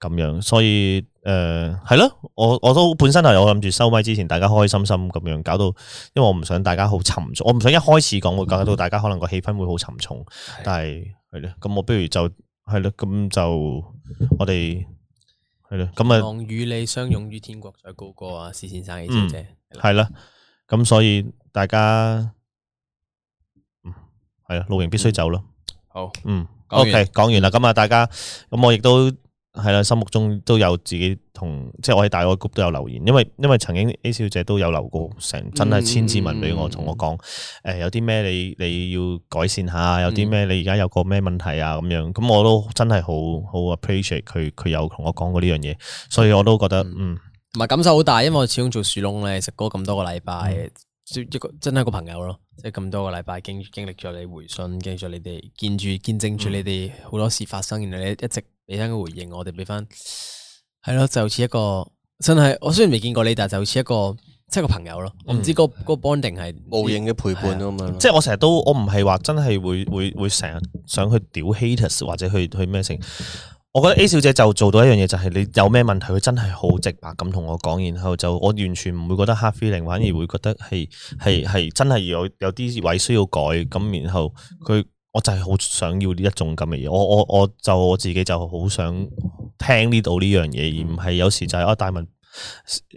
Speaker 1: 咁樣，所以诶系咯，我我都本身係有諗住收咪之前，大家開開心心咁樣，搞到因為我唔想大家好沉重，我唔想一開始講會搞到大家可能個氣氛會好沉重，但係係咯，咁我不如就係咯，咁就我哋係咯，咁啊。
Speaker 3: 望與你相擁於天國再高歌啊！施先生嘅小姐，
Speaker 1: 系啦，咁所以大家嗯系啦，露營必須走咯。
Speaker 3: 好，
Speaker 1: 嗯
Speaker 3: 嗯講完
Speaker 1: ，OK，講完啦。咁啊，大家咁我亦都係啦，心目中都有自己同即係我喺大愛 group 都有留言，因為因為曾經 A 小姐都有留過成真係千字文俾我，
Speaker 3: 嗯
Speaker 1: 同我講诶有啲咩你你要改善下，有啲咩
Speaker 3: 嗯
Speaker 1: 你而家有個咩問題啊咁樣。咁我都真係好好 appreciate 佢佢有同我講過呢樣嘢，所以我都覺得嗯
Speaker 3: 同埋感受好大，因為我始終做樹窿咧，食過咁多個禮
Speaker 1: 嗯
Speaker 3: 拜，即一個真係一個朋友咯，即係咁多個禮拜經經歷咗你回信，經歷咗你哋見住見證
Speaker 1: 嗯
Speaker 3: 住你哋好多事發生，然後你一直俾翻個回應，我哋俾翻係咯，就好似一個真係我雖然未見過你，但係就好似一個即係個朋友
Speaker 1: 嗯
Speaker 3: 咯，我唔知嗰嗰個 bonding 係
Speaker 4: 无形嘅陪伴咁样咯。
Speaker 1: 即係我成日都，我唔係話真係會會會成日想去屌 haters 或者去去咩成。我覺得 A 小姐就做到一樣嘢，就係你有咩問題，佢真係好直白咁同我講，然後就我完全唔會覺得 hard feeling，反而會覺得係係係真係有有啲位需要改咁，然後佢我就係好想要呢一種咁嘅嘢，我我我就我自己就好想聽呢度呢樣嘢，而唔係有時就係、啊大文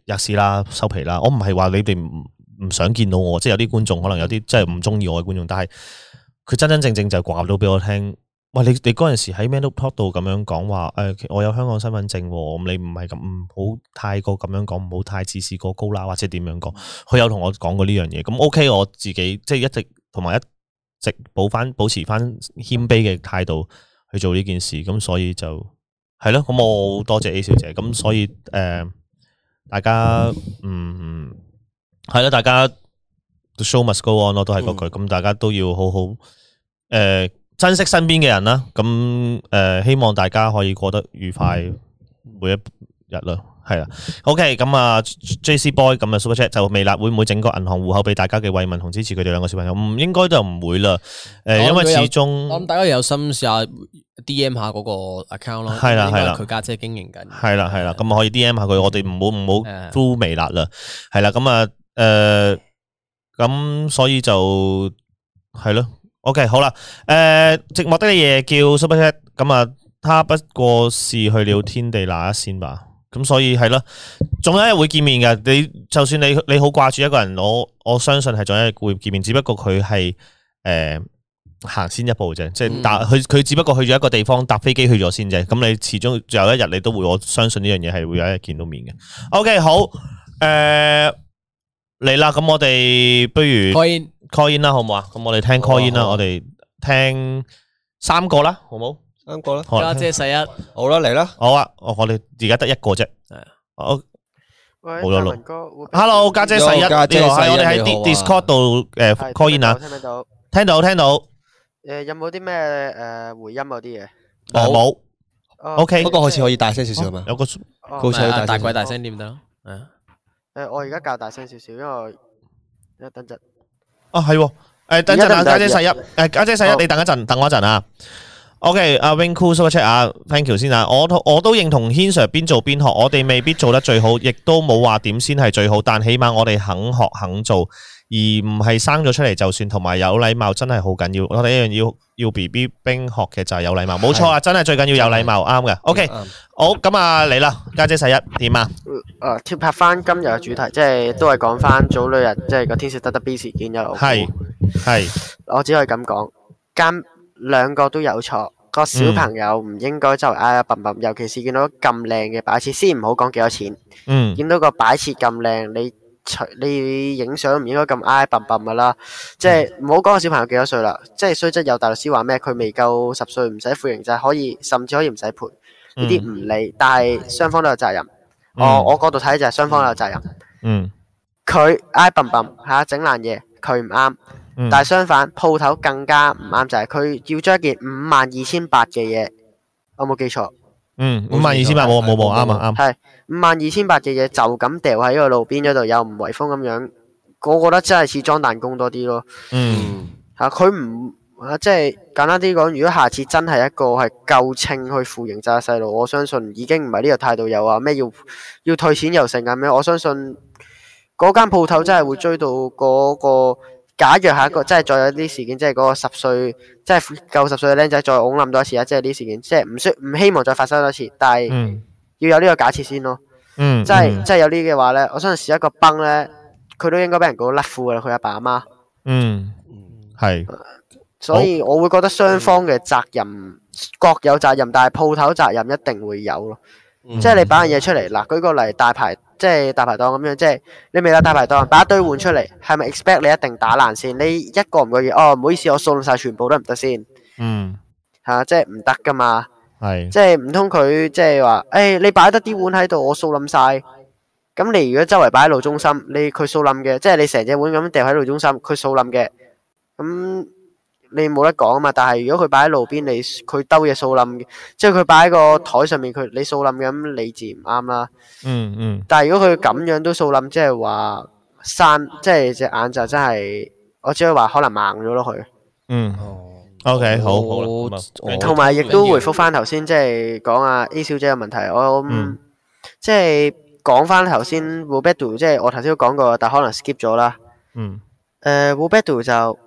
Speaker 1: 呃吔屎啦收皮啦，我唔係話你哋唔唔想見到我，即係有啲觀眾可能有啲真係唔中意我嘅觀眾，但係佢真真正正就話到俾我聽，喂，你你嗰陣時喺 Mental Talk 度咁樣講話，誒、其我有香港身份證喎，咁你唔係咁唔好太過咁樣講，唔好太自視過高啦，或者點樣講，佢有同我講過呢樣嘢，咁 OK，我自己即係一直同埋一直保翻保持翻謙卑嘅態度去做呢件事，咁所以就係咯，咁我好多謝 A 小姐，咁所以誒、呃大家嗯。嗯系啦，大家 the show must go on 咯，都系
Speaker 3: 嗯
Speaker 1: 嗰句，咁、大家都要好好诶、呃珍惜身邊嘅人啦，咁诶、呃希望大家可以過得愉快每一日啦，係啦，OK，咁啊 J C Boy 咁啊 Super Chat 就未啦，會唔會整個銀行户口俾大家嘅慰問同支持佢哋兩個小朋友？唔應該就唔會啦，诶、
Speaker 3: 我諗
Speaker 1: 因為
Speaker 3: 佢有
Speaker 1: 始終。
Speaker 3: 我諗大家有心試下 D M 下嗰個 account 咯，
Speaker 1: 係啦
Speaker 3: 應該
Speaker 1: 係啦
Speaker 3: 佢家姐經營緊，
Speaker 1: 系啦系啦，咁可以 D M 下佢，我哋唔好唔好
Speaker 3: 誒
Speaker 1: through 微辣啦，系啦，咁啊诶，咁、所以就系咯，OK 好啦，诶、呃寂寞的嘢叫 Super Chat，咁啊，他不過是去了天地那一線吧，咁所以係咯，總有一日會見面嘅，你就算你你好掛住一個人，我我相信係總有一日會見面，只不過佢係诶。誒行先一步啫，即係搭佢佢只不過去咗一個地方搭飛機去咗先啫。咁你始終有一日你都會，我相信呢樣嘢係會有一日見到面嘅。OK，好，诶嚟啦，咁我哋不如
Speaker 3: Coin
Speaker 1: call in 啦，好唔好啊？咁我哋聽 call in 啦，我哋聽三個啦，好唔
Speaker 4: 啱过啦，
Speaker 1: 好？好
Speaker 3: 家
Speaker 1: 啊，
Speaker 3: 姐細一。
Speaker 4: 好啦，嚟啦，
Speaker 1: 好啊，我我哋而家得一個啫。
Speaker 3: 係啊
Speaker 1: 好
Speaker 5: 喂，
Speaker 1: 冇咗
Speaker 5: 大
Speaker 1: 錄
Speaker 5: 文哥會俾
Speaker 1: Hello，家姐細一，呢
Speaker 4: 有
Speaker 1: 個
Speaker 4: 家姐
Speaker 1: 係我哋
Speaker 4: 細一
Speaker 1: 喺
Speaker 4: 你好啊
Speaker 1: Discord 度诶
Speaker 5: 係
Speaker 1: call in 啊，
Speaker 5: 聽唔聽到？
Speaker 1: 聽到聽到，
Speaker 5: 誒，有冇啲咩誒回音嗰啲嘢
Speaker 1: 誒冇
Speaker 5: 哦
Speaker 1: ，OK，
Speaker 4: 不過好似可以大聲少少係嘛？
Speaker 1: 有個
Speaker 5: 哦
Speaker 4: 高手
Speaker 3: 係啊
Speaker 4: 大聲
Speaker 3: 大鬼
Speaker 5: 啲
Speaker 3: 大聲點得咯？係啊
Speaker 5: 誒，我而家較大聲少少，因為我一等陣。
Speaker 1: 啊，系诶，等
Speaker 5: 而家
Speaker 1: 陣啊，
Speaker 5: 得唔
Speaker 1: 家
Speaker 5: 得
Speaker 1: 姐細一，诶，家姐細
Speaker 5: 好
Speaker 1: 一，你等一陣，等我一陣啊。OK，阿 Wing Cool Super Chat 啊，thank you 先啊，我都我都認同軒 Sir 邊做邊學，我哋未必做得最好，亦都冇話點先係最好，但起碼我哋肯學肯做，而唔係生咗出嚟就算，同埋有禮貌真係好緊要。我哋一樣要要 B B 冰學嘅就係有禮貌，冇錯啊，真係最緊要有禮貌，啱嘅。OK，
Speaker 4: 啱
Speaker 1: 好，咁啊嚟啦，家姐細一點啊？
Speaker 5: 誒，貼合翻今日嘅主題，即係都係講翻早兩日，即係個天使得得 B 事件一路。
Speaker 1: 係係
Speaker 5: 我只可以咁講，監兩個都有錯。個
Speaker 1: Ừ.
Speaker 5: 小朋友唔應該就唉呀笨笨，尤其是見到咁靚嘅擺設，先唔好講幾多錢。
Speaker 1: 嗯
Speaker 5: 見到個擺設咁靚，你除你影相唔應該咁挨笨笨噶啦，即係
Speaker 1: 嗯
Speaker 5: 唔好講個小朋友幾多歲啦，即係雖則有大律師話咩，佢未夠十歲唔使負刑責，可以甚至可以唔使賠，呢啲唔理，但係雙方都有責任。
Speaker 1: 嗯
Speaker 5: 我我角度睇就係雙方都有責任，
Speaker 1: 嗯
Speaker 5: 佢挨笨笨嚇整爛嘢，佢唔啱。
Speaker 1: 嗯，
Speaker 5: 但係相反，鋪頭更加唔啱就係佢要將一件五萬二千八嘅嘢，我冇記錯，
Speaker 1: 嗯五萬二千八冇冇冇啱啊啱，
Speaker 5: 係五萬二千八嘅嘢就咁掉喺個路邊嗰度，又唔
Speaker 1: Ừ.
Speaker 5: 圍封咁樣，我覺得真係似裝彈弓多啲咯。
Speaker 1: 嗯。
Speaker 4: 嗯
Speaker 5: 嚇佢唔啊，即係簡單啲講，如果下次真係一個係夠稱去負刑責嘅細路，我相信已經唔係呢個態度有啊咩要要退錢又成咁樣，我相信嗰間鋪頭真係會追到嗰、個。假若下一個真係再有啲事件，即係嗰個十歲，即係夠十歲嘅僆仔再㧬冧多一次啊！即係呢啲事件，即係唔需唔希望再發生多一次，但係
Speaker 1: 嗯
Speaker 5: 要有呢個假設先咯。
Speaker 1: 嗯，
Speaker 5: 即係即係有呢嘅話咧，我相信試一個崩咧，佢都應該俾人告甩褲噶啦，佢阿爸阿媽。
Speaker 1: 嗯系
Speaker 5: 所以我會覺得雙方嘅責任各有責任，但係鋪頭責任一定會有咯。
Speaker 1: 嗯
Speaker 5: 即係你擺樣嘢出嚟，嗱，舉個例，大排即係大排檔咁樣，即係你未有大排檔擺一堆碗出嚟，係咪 expect 你一定打爛先？你一個唔覺意，哦，唔好意思，我送晒全部都唔得先
Speaker 1: 嗯
Speaker 5: 嚇、即係唔得噶嘛。
Speaker 1: 系
Speaker 5: 即係唔通佢即係話，誒、你擺得啲碗喺度，我掃冧晒。咁你如果周圍擺喺路中心，你佢掃冧嘅，即係你成隻碗咁掉喺路中心，佢掃冧嘅，咁你冇得講啊嘛。但係如果佢擺喺路邊，你佢兜嘢掃冧嘅，即係佢擺喺個台上面，佢你掃冧嘅，咁你自然唔啱啦。
Speaker 1: 嗯嗯
Speaker 5: 但係如果佢咁樣都掃冧，即係話生，即係隻眼就真係，我只可以話可能盲咗咯佢。
Speaker 1: 嗯
Speaker 4: 哦，
Speaker 1: Ừ. ，OK 好好啦
Speaker 4: 我
Speaker 1: 咁啊
Speaker 4: 我
Speaker 5: 同埋亦都回覆翻頭先，即係講啊 A 小姐嘅問題，我
Speaker 1: 嗯
Speaker 5: 諗即係講翻頭先 w o b e d o 即係我頭先都講過，但可能 skip 咗啦。
Speaker 1: 嗯
Speaker 5: 誒 w o b e d o 就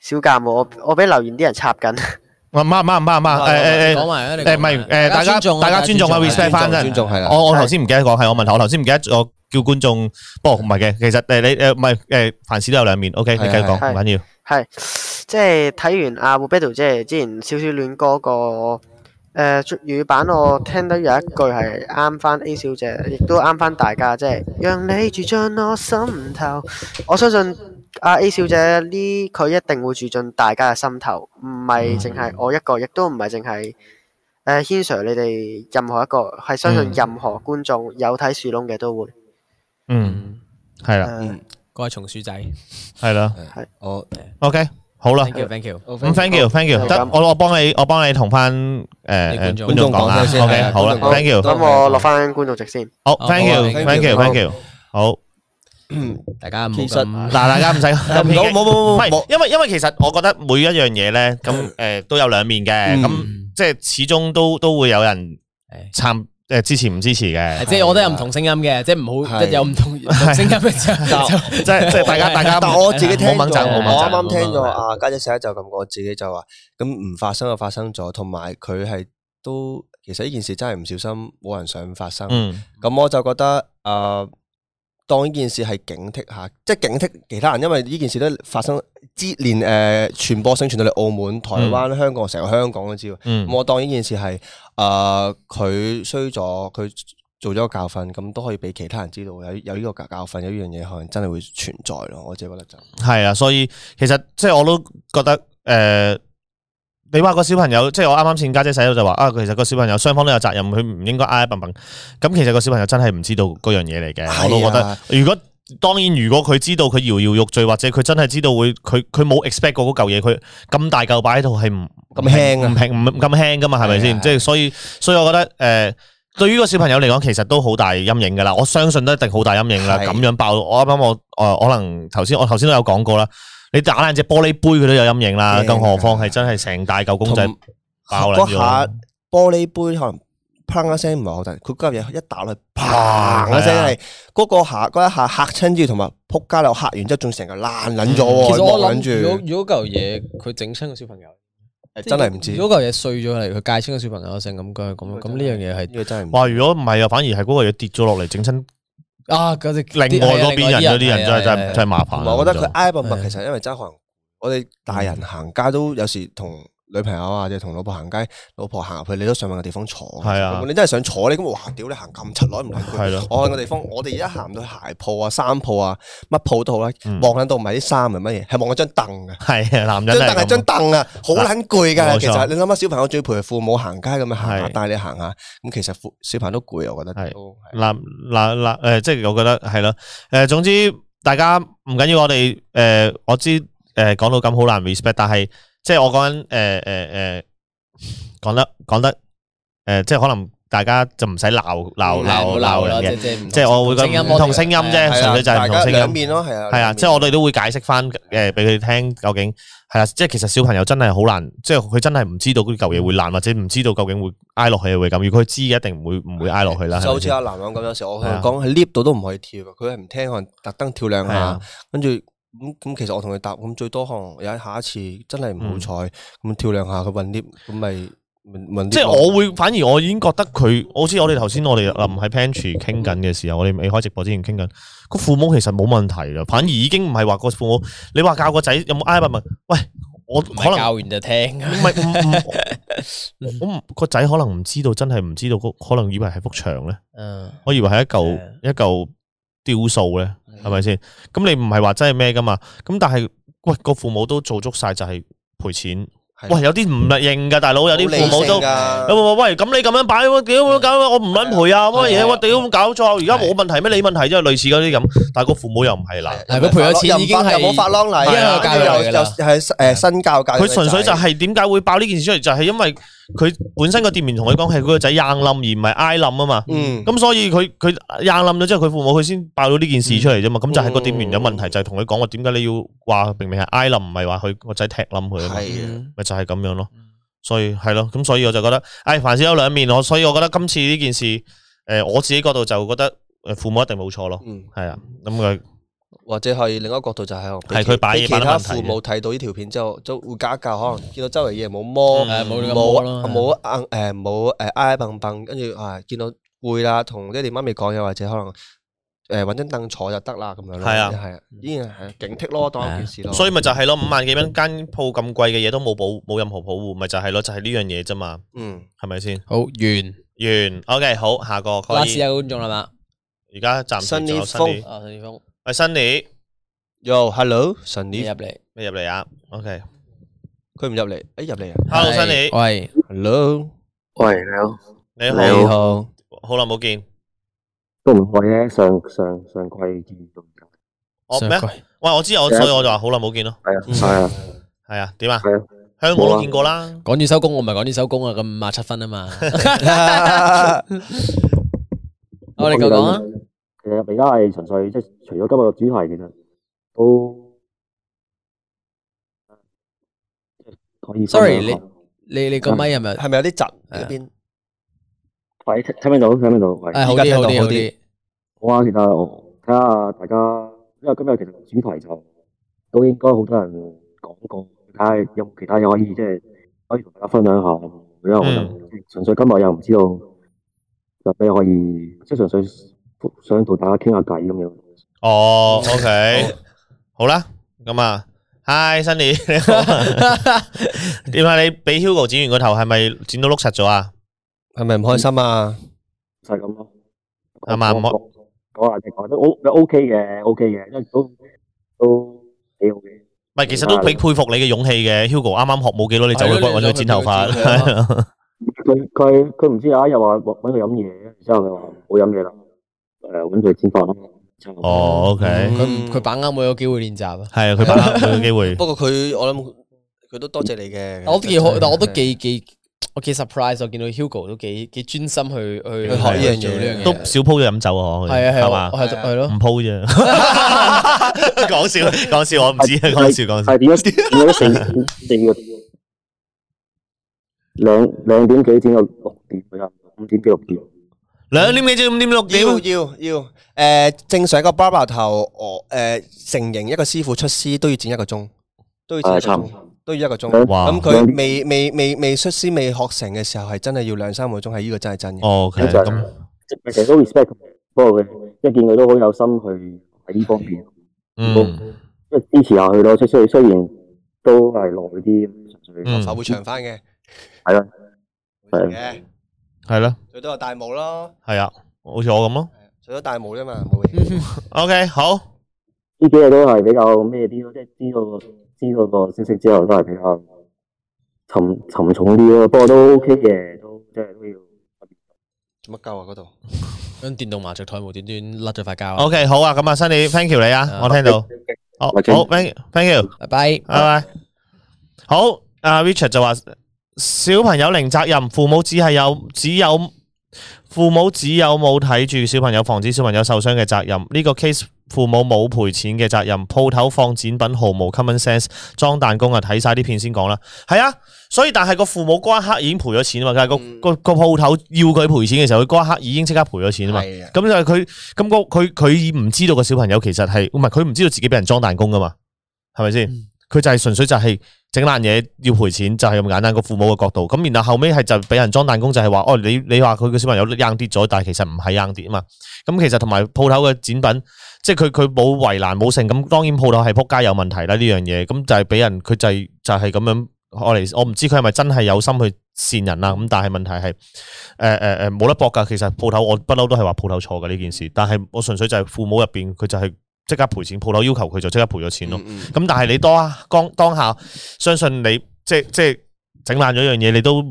Speaker 5: 小鑑喎，我我俾留言啲人插緊，
Speaker 1: 唔啱唔啱唔啱唔啱诶诶诶。
Speaker 3: 講埋啊，你
Speaker 1: 誒唔係誒，大家大家尊重啊，respect 翻
Speaker 4: 尊重係啦
Speaker 1: 我我頭先唔記得講係我問題，我頭先唔記得我叫觀眾，不過唔係嘅，其實誒你誒唔係誒，凡事都有兩面，OK，你
Speaker 4: 係
Speaker 1: 繼續講
Speaker 5: 係
Speaker 1: 唔緊要，
Speaker 5: 係即係睇完阿 w o b e d o 即係之前少少戀歌個誒粵語版，我聽到有一句係啱翻 A 小姐，亦都啱翻大家，即係讓你住進我心頭。我相信阿 A 小姐呢，佢一定會住進大家嘅心頭，唔係淨係我一個，亦都唔係淨係誒軒 Sir 你哋任何一個，係相信
Speaker 1: 嗯
Speaker 5: 任何觀眾有睇樹窿嘅都會。
Speaker 3: Ừ.
Speaker 1: 嗯，係啦，
Speaker 5: 誒
Speaker 3: 嗰位松鼠仔
Speaker 1: 係啦
Speaker 4: 我
Speaker 1: ，OK，好啦，
Speaker 3: ，thank you，thank you。
Speaker 1: 咁 thank you，thank you，得我我幫你，我幫你同翻誒誒
Speaker 3: 啲
Speaker 1: 觀
Speaker 3: 觀
Speaker 1: 眾
Speaker 3: 眾
Speaker 1: 講啦
Speaker 4: 講先
Speaker 1: à.
Speaker 4: 係
Speaker 1: ，OK，
Speaker 4: 啊
Speaker 1: 好啦
Speaker 4: 觀眾講
Speaker 1: ，thank you，
Speaker 5: 咁我落翻觀眾席先。
Speaker 1: 好
Speaker 3: 好
Speaker 1: ，thank
Speaker 3: 好
Speaker 1: you，thank you，thank you，好。
Speaker 3: 大家唔好
Speaker 4: 其實
Speaker 3: 咁
Speaker 1: 嗱，大家唔使咁偏激
Speaker 4: 冇冇冇冇
Speaker 1: 唔係
Speaker 4: 冇嗯
Speaker 1: 因為因為其實我覺得每一樣嘢咧，咁誒都有兩面嘅，咁即係始終都都會有人
Speaker 3: 係
Speaker 1: 參誒支持唔支持嘅，
Speaker 3: 即係我都有唔同聲音嘅，即係唔好
Speaker 4: 係
Speaker 3: 即係有唔同唔同 聲音嘅時候就
Speaker 1: 即係即係大家大家。
Speaker 4: 但我自己聽
Speaker 1: 唔好掹
Speaker 4: 咗，
Speaker 1: 陣唔好
Speaker 4: 我
Speaker 1: 掹
Speaker 4: 啱
Speaker 1: 陣
Speaker 4: 啱聽咗
Speaker 3: 唔好掹陣
Speaker 4: 啊家姐寫就咁講，我自己就話咁唔發生就發生咗，同埋佢係都其實呢件事真係唔小心，冇人想發生。
Speaker 1: 嗯
Speaker 4: 咁我就覺得诶、呃，当呢件事係警惕下，即係警惕其他人，因為呢件事都發生之連诶传播性傳到嚟澳門、台灣、香港，成個香港都知喎。
Speaker 1: 嗯
Speaker 4: 咁我當呢件事係诶佢衰咗，佢做咗個教訓，咁都可以俾其他人知道有有呢個教教訓，有呢樣嘢可能真係會存在咯。我自己覺得就
Speaker 1: 係啊，所以其實即係我都覺得誒、呃你話個小朋友，即係我啱啱先家姐洗到就話啊，其實個小朋友雙方都有責任，佢唔應該挨挨笨笨。咁其實個小朋友真係唔知道嗰樣嘢嚟嘅，
Speaker 4: 係啊
Speaker 1: 我都覺得。如果當然，如果佢知道佢搖搖欲墜，或者佢真係知道會佢佢冇 expect 過嗰嚿嘢，佢咁大嚿擺喺度係唔
Speaker 4: 咁輕啊
Speaker 1: 唔平唔唔咁輕噶嘛，係咪
Speaker 4: 係
Speaker 1: 先？
Speaker 4: 啊
Speaker 1: 即係所以所以我覺得誒。呃對於個小朋友嚟講，其實都好大陰影噶啦，我相信都一定好大陰影啦。
Speaker 4: 係
Speaker 1: 咁樣爆，我啱啱我誒、呃可能頭先我頭先都有講過啦，你打爛隻玻璃杯佢都有陰影啦，
Speaker 4: 驚㗎
Speaker 1: 更何況係真係成大嚿公仔
Speaker 4: 同
Speaker 1: 爆爛
Speaker 4: 嗰下
Speaker 1: 咗。
Speaker 4: 玻璃杯可能砰一聲唔係好大，佢嗰入嘢一打落去，
Speaker 1: 係
Speaker 4: 砰
Speaker 1: 啊
Speaker 4: 一聲係嗰個下嗰一下嚇親住，同埋撲街啦！我嚇完之後仲成個爛撚咗
Speaker 3: 其
Speaker 4: 喎，
Speaker 3: 實我
Speaker 4: 望撚
Speaker 3: 諗，如果
Speaker 4: 住
Speaker 3: 如果嚿嘢佢整親個小朋友，
Speaker 4: 真係唔知
Speaker 3: 如果嚿嘢碎咗，例如佢戒親個小朋友成咁，佢係咁咁呢樣嘢係
Speaker 4: 呢個真係唔知
Speaker 1: 哇！如果唔係啊，反而係嗰個嘢跌咗落嚟，整親
Speaker 3: 啊嗰隻
Speaker 1: 另外嗰
Speaker 4: 啊
Speaker 1: 邊人嗰啲人真係真係真係麻
Speaker 4: 同
Speaker 1: 煩。
Speaker 4: 埋我覺得佢
Speaker 1: 咁就
Speaker 4: 挨笨笨，其實因為真係可能我哋大人行街都有時同女朋友啊，或者同老婆行街，老婆行入去你都想揾個地方坐。
Speaker 1: 係啊
Speaker 4: 咁你真係想坐你咁哇！屌你行咁柒耐唔撚攰
Speaker 1: 係咯
Speaker 4: 我揾個地方，我哋而家行到鞋鋪啊、衫鋪啊、乜鋪都好啦
Speaker 1: 嗯，
Speaker 4: 望緊到唔係啲衫係乜嘢，係望緊張凳嘅。
Speaker 1: 係啊，男人
Speaker 4: 張
Speaker 1: 都
Speaker 4: 凳係
Speaker 1: 係
Speaker 4: 張
Speaker 1: 咁。
Speaker 4: 凳啊，好撚
Speaker 1: 冇
Speaker 4: 攰㗎。
Speaker 1: 錯
Speaker 4: 其實你諗下，小朋友仲要陪佢父母行街咁樣行下，
Speaker 1: 係
Speaker 4: 帶你行下，咁其實父小朋友都攰，我覺得
Speaker 1: 係
Speaker 4: 都係。
Speaker 1: 嗱嗱嗱，诶、即係我覺得係咯，诶、總之大家唔緊要，我哋诶、誒我知诶讲、講到咁好難 respect，但係即係我講緊诶诶诶，讲、講得講得诶、誒即係可能大家就唔使鬧
Speaker 4: 嗯
Speaker 1: 鬧鬧
Speaker 3: 係
Speaker 1: 鬧
Speaker 3: 冇啦
Speaker 1: 人嘅。
Speaker 3: 即係
Speaker 1: 即係我會覺得唔同聲音啫，
Speaker 4: 係
Speaker 1: 純
Speaker 4: 啦
Speaker 1: 粹就係
Speaker 4: 大
Speaker 1: 唔同
Speaker 4: 家
Speaker 1: 聲
Speaker 4: 兩
Speaker 1: 音。
Speaker 4: 面咯，係啊，
Speaker 1: 係啊，即係我哋都會解釋翻誒俾佢聽，究竟係啦，即係其實小朋友真係好難，即係佢真係唔知道嗰啲舊嘢會爛，或者唔知道究竟會挨落去會咁。如果佢知嘅，一定唔會唔會挨落去啦。
Speaker 4: 就好
Speaker 1: 係咪
Speaker 4: 似
Speaker 1: 先
Speaker 4: 阿南朗咁，有時我同
Speaker 1: 係
Speaker 4: 佢
Speaker 1: 啊
Speaker 4: 講喺 lift 度都唔可以跳㗎，佢係唔聽，可能特登跳兩
Speaker 1: 係
Speaker 4: 下
Speaker 1: 啊，
Speaker 4: 跟住咁咁，其實我同佢答咁最多可能有一下一次真係唔好彩，咁跳兩下佢暈 lift，咁咪暈 lift
Speaker 1: 即係
Speaker 4: 咯
Speaker 1: 我會反而我已經覺得佢，好似我哋頭先我哋啊臨喺 pantry 傾緊嘅時候，我哋未開直播之前傾緊，個父母其實冇問題啦，反而已經唔係話個父母，你話教個仔有冇挨問問，喂，我
Speaker 3: 唔
Speaker 1: 可
Speaker 3: 係
Speaker 1: 能。
Speaker 3: 教完就聽。
Speaker 1: 唔係唔唔，我唔個仔可能唔知道，真係唔知道，可能以為係幅牆咧，
Speaker 3: 嗯，
Speaker 1: 我以為係一嚿
Speaker 3: 係啊
Speaker 1: 一嚿雕塑咧，係咪先？咁你唔係話真係咩噶嘛？咁但係喂個父母都做足晒，就係賠錢。
Speaker 4: 係
Speaker 1: 喂，有啲唔認噶，大佬有啲
Speaker 4: 好理
Speaker 1: 父母都
Speaker 4: 性。㗎
Speaker 1: 喂喂喂，咁你咁樣擺，我屌我搞，我唔撚賠啊乜
Speaker 3: 係
Speaker 1: 嘢？
Speaker 3: 啊
Speaker 1: 我屌搞錯，而家我問題咩？你問題啫，類似嗰啲咁。但係個父母又唔係啦，
Speaker 4: 係
Speaker 3: 嗱佢賠咗錢
Speaker 4: 又唔
Speaker 3: 已經
Speaker 4: 發
Speaker 3: 係
Speaker 4: 又冇發啷禮，
Speaker 1: 已經
Speaker 3: 係教育
Speaker 4: 又
Speaker 3: 嚟㗎
Speaker 4: 又
Speaker 3: 啦
Speaker 4: 又係誒新教教育
Speaker 1: 佢純粹就
Speaker 4: 嘅仔
Speaker 1: 係點解會爆呢件事出嚟，就係因為佢本身個店員同佢講係佢個仔硬冧而唔係挨冧啊嘛。
Speaker 4: 嗯
Speaker 1: 咁所以佢佢硬冧咗之後，佢父母佢先爆到呢件事出嚟啫嘛。咁就係個店員有問題，就係同佢講話點解你要話明明係挨冧，唔係話佢個仔踢冧佢啊嘛。
Speaker 4: 係啊
Speaker 1: 咪就係咁樣咯。所以係咯，咁所以我就覺得，唉，凡事有兩面，我所以我覺得今次呢件事，誒，我自己角度就覺得，誒，父母一定冇錯咯。
Speaker 4: 嗯
Speaker 1: 係啊，咁佢
Speaker 4: 或者係另一個角度就係可能俾
Speaker 1: 係
Speaker 4: 其
Speaker 1: 佢擺嘢擺
Speaker 4: 俾其
Speaker 1: 得問
Speaker 4: 他
Speaker 1: 題
Speaker 4: 父母睇到呢條片之後，都會加教，可能見到周圍嘢冇摸，
Speaker 3: 誒冇咁摸咯
Speaker 4: 冇冇硬誒冇誒挨蹦蹦，跟住啊見到攰啦，同爹哋媽咪講，又或者可能誒揾張凳坐就得啦咁樣咯。
Speaker 1: 係啊
Speaker 4: 係啊，依然係警惕咯，當一件事咯。
Speaker 1: 所以咪就係咯，五萬幾蚊間鋪咁貴嘅嘢都冇保冇任何保護，咪就係咯，就係呢樣嘢啫嘛，
Speaker 4: 嗯，
Speaker 1: 係咪先？
Speaker 3: 好完，
Speaker 1: 完，OK，好，下個可
Speaker 3: 拉屎
Speaker 1: 以，
Speaker 3: 有觀眾啦嘛。
Speaker 1: 而家暫時仲有
Speaker 4: Sunny
Speaker 1: 新年，
Speaker 3: 啊，陳宇峰，
Speaker 1: 喂，新年
Speaker 4: 又 hello，神
Speaker 3: 你入
Speaker 4: 啲
Speaker 3: 嚟。
Speaker 1: 你入嚟啊，OK，Hello，
Speaker 4: 佢唔入嚟，誒入嚟啊
Speaker 1: 新年，
Speaker 3: 喂，
Speaker 4: à? ，hello，
Speaker 6: 喂，你好，
Speaker 1: 你
Speaker 6: 你
Speaker 1: 好，
Speaker 6: 好
Speaker 4: 好，
Speaker 1: 好耐冇見，
Speaker 6: 都唔貴咧，上上上季見到㗎，
Speaker 1: 我咩啊？
Speaker 3: 貴
Speaker 1: 喂，我知我，所以我就話好耐冇見咯，
Speaker 6: 係
Speaker 3: 嗯
Speaker 6: 啊係啊，
Speaker 1: 係啊，點啊？
Speaker 6: 係啊
Speaker 1: 香港
Speaker 6: 冇
Speaker 1: 都
Speaker 6: 啊
Speaker 1: 見過啦。
Speaker 3: 趕住收工，我唔係趕住收工啊，咁五啊七分啊嘛。我哋繼續講啊。
Speaker 6: 其實而家係純粹即係除咗今日嘅主題，其實都可以分享下。
Speaker 3: Sorry，你你個咪係咪？
Speaker 4: 係咪有啲窒呢邊？
Speaker 6: 喂，聽聽唔聽到？聽唔聽到？喂，
Speaker 3: 誒，好啲，好啲，好啲。
Speaker 6: 好啊，其實我睇下大家，因為今日其實主題就都應該好多人講過，睇下有冇其他嘢可以即係可以同大家分享下。因為我就純粹今日又唔知道有咩可以，即係純粹想同大家傾下偈咁樣。
Speaker 1: 哦，OK，好啦，咁啊，Hi Sunny，你 好點啊？你俾 Hugo 剪完個頭係咪剪到碌實咗啊？
Speaker 4: 係咪唔開心啊？
Speaker 6: 就係咁咯。
Speaker 1: 係嘛唔好
Speaker 6: 講講下就講都 O 都 OK 嘅，OK 嘅，因為都都幾好嘅。
Speaker 1: 唔係，其實都幾佩服你嘅勇氣嘅，Hugo 啱啱學冇幾
Speaker 3: Ờ,
Speaker 1: 耐，你走去搵佢剪頭髮，
Speaker 6: 佢佢佢唔知啊，又話揾佢飲嘢，然之後佢話唔好飲嘢啦，誒揾佢剪髮啦。
Speaker 1: 哦，OK，
Speaker 3: 佢唔佢把握每個機會練習啊。
Speaker 1: 係啊，佢把握佢嘅機會，
Speaker 4: 不過佢我諗佢都多謝你嘅，
Speaker 3: 我都幾好，
Speaker 4: 真係
Speaker 3: 但我都幾幾我幾 surprise，我見到 Hugo 都幾幾專心去去去
Speaker 4: 去學呢樣嘢
Speaker 3: 做呢樣嘢。
Speaker 1: 都少鋪咗飲酒啊，我覺得
Speaker 3: 係啊係
Speaker 1: 係
Speaker 3: 啊，
Speaker 1: 嘛，
Speaker 3: 係係咯
Speaker 1: 唔。鋪 啫，講笑講笑，我唔知啊，講笑講笑
Speaker 6: 係，點 解點解四四個兩兩點幾剪到六點左右，五點幾六點。
Speaker 1: 兩點幾至五點六點
Speaker 4: 要要要，诶，正常一個 barber 頭，我诶成型一個師傅出師都要剪一個鐘，都要剪一個
Speaker 6: 係差唔
Speaker 4: 鐘，
Speaker 6: 多
Speaker 4: 都要一個鐘。
Speaker 6: Ờ.
Speaker 1: 哇
Speaker 4: 咁佢未未未未出師未學成嘅時候，係真係要兩三個鐘，係呢個真係真嘅。
Speaker 1: ，OK，
Speaker 6: 正常
Speaker 1: 咁。
Speaker 6: 即係其實都 respect，佢不過佢一見佢都好有心去喺呢方面。
Speaker 1: 嗯，
Speaker 6: 即係支持下佢咯。即係雖雖然都係耐啲，純粹
Speaker 1: 嗯
Speaker 4: 頭會長翻嘅，
Speaker 6: 係咯，
Speaker 4: 會長嘅，
Speaker 1: 係咯，
Speaker 4: 最多有戴帽咯，
Speaker 1: 係啊，好似我咁咯。
Speaker 4: 最多戴帽啫嘛，冇嘢。
Speaker 1: OK，好。
Speaker 6: 呢幾日都係比較咩啲咯，即係知道個知道個消息之後都係比較沉沉重啲咯。不過都 OK 嘅，都即係都要。
Speaker 4: 做乜鳩啊嗰度？
Speaker 3: 跟電動麻雀台無端端甩咗塊膠啊。
Speaker 1: OK，好啊，咁啊，Sunny thank you 你啊，
Speaker 3: 啊
Speaker 1: 我聽到。好，
Speaker 6: 或者
Speaker 1: 好，thank you，thank you，
Speaker 3: 拜拜。
Speaker 1: 拜拜。啊好，阿 Richard 就話小朋友零責任，父母只係有只有父母只有冇睇住小朋友，防止小朋友受傷嘅責任。呢、個 case 父母冇賠錢嘅責任，鋪頭放展品毫無 common sense，裝彈弓啊！睇晒啲片先講啦。係啊，所以但係個父母嗰一刻已經賠咗錢啊嘛，但係個、
Speaker 4: 嗯
Speaker 1: 個個鋪頭要佢賠錢嘅時候，佢嗰一刻已經即刻賠咗錢啊嘛。
Speaker 4: 係啊，
Speaker 1: 咁就係佢咁個佢佢唔知道個小朋友其實係唔係佢唔知道自己俾人裝彈弓噶嘛，係咪先？佢、就係純粹就係整爛嘢要賠錢，就係、咁簡單個父母嘅角度。咁然後後尾係就俾人裝彈弓，就係話哦，你你話佢個小朋友硬跌咗，但係其實唔係硬跌啊嘛。咁其實同埋鋪頭嘅展品，即係佢佢冇圍欄冇剩，咁當然鋪頭係仆街有問題啦呢樣嘢。咁就係俾人佢就係、就係、咁樣。我嚟，我唔知佢係咪真係有心去善人啦。咁但係問題係，誒誒誒，冇得搏㗎。其實鋪頭我不嬲都係話鋪頭錯㗎呢件事。但係我純粹就係父母入邊，佢就係即刻賠錢，鋪頭要求佢就即刻賠咗錢咯。
Speaker 4: 嗯
Speaker 1: 咁但係你當當當下，相信你即即整爛咗樣嘢，你都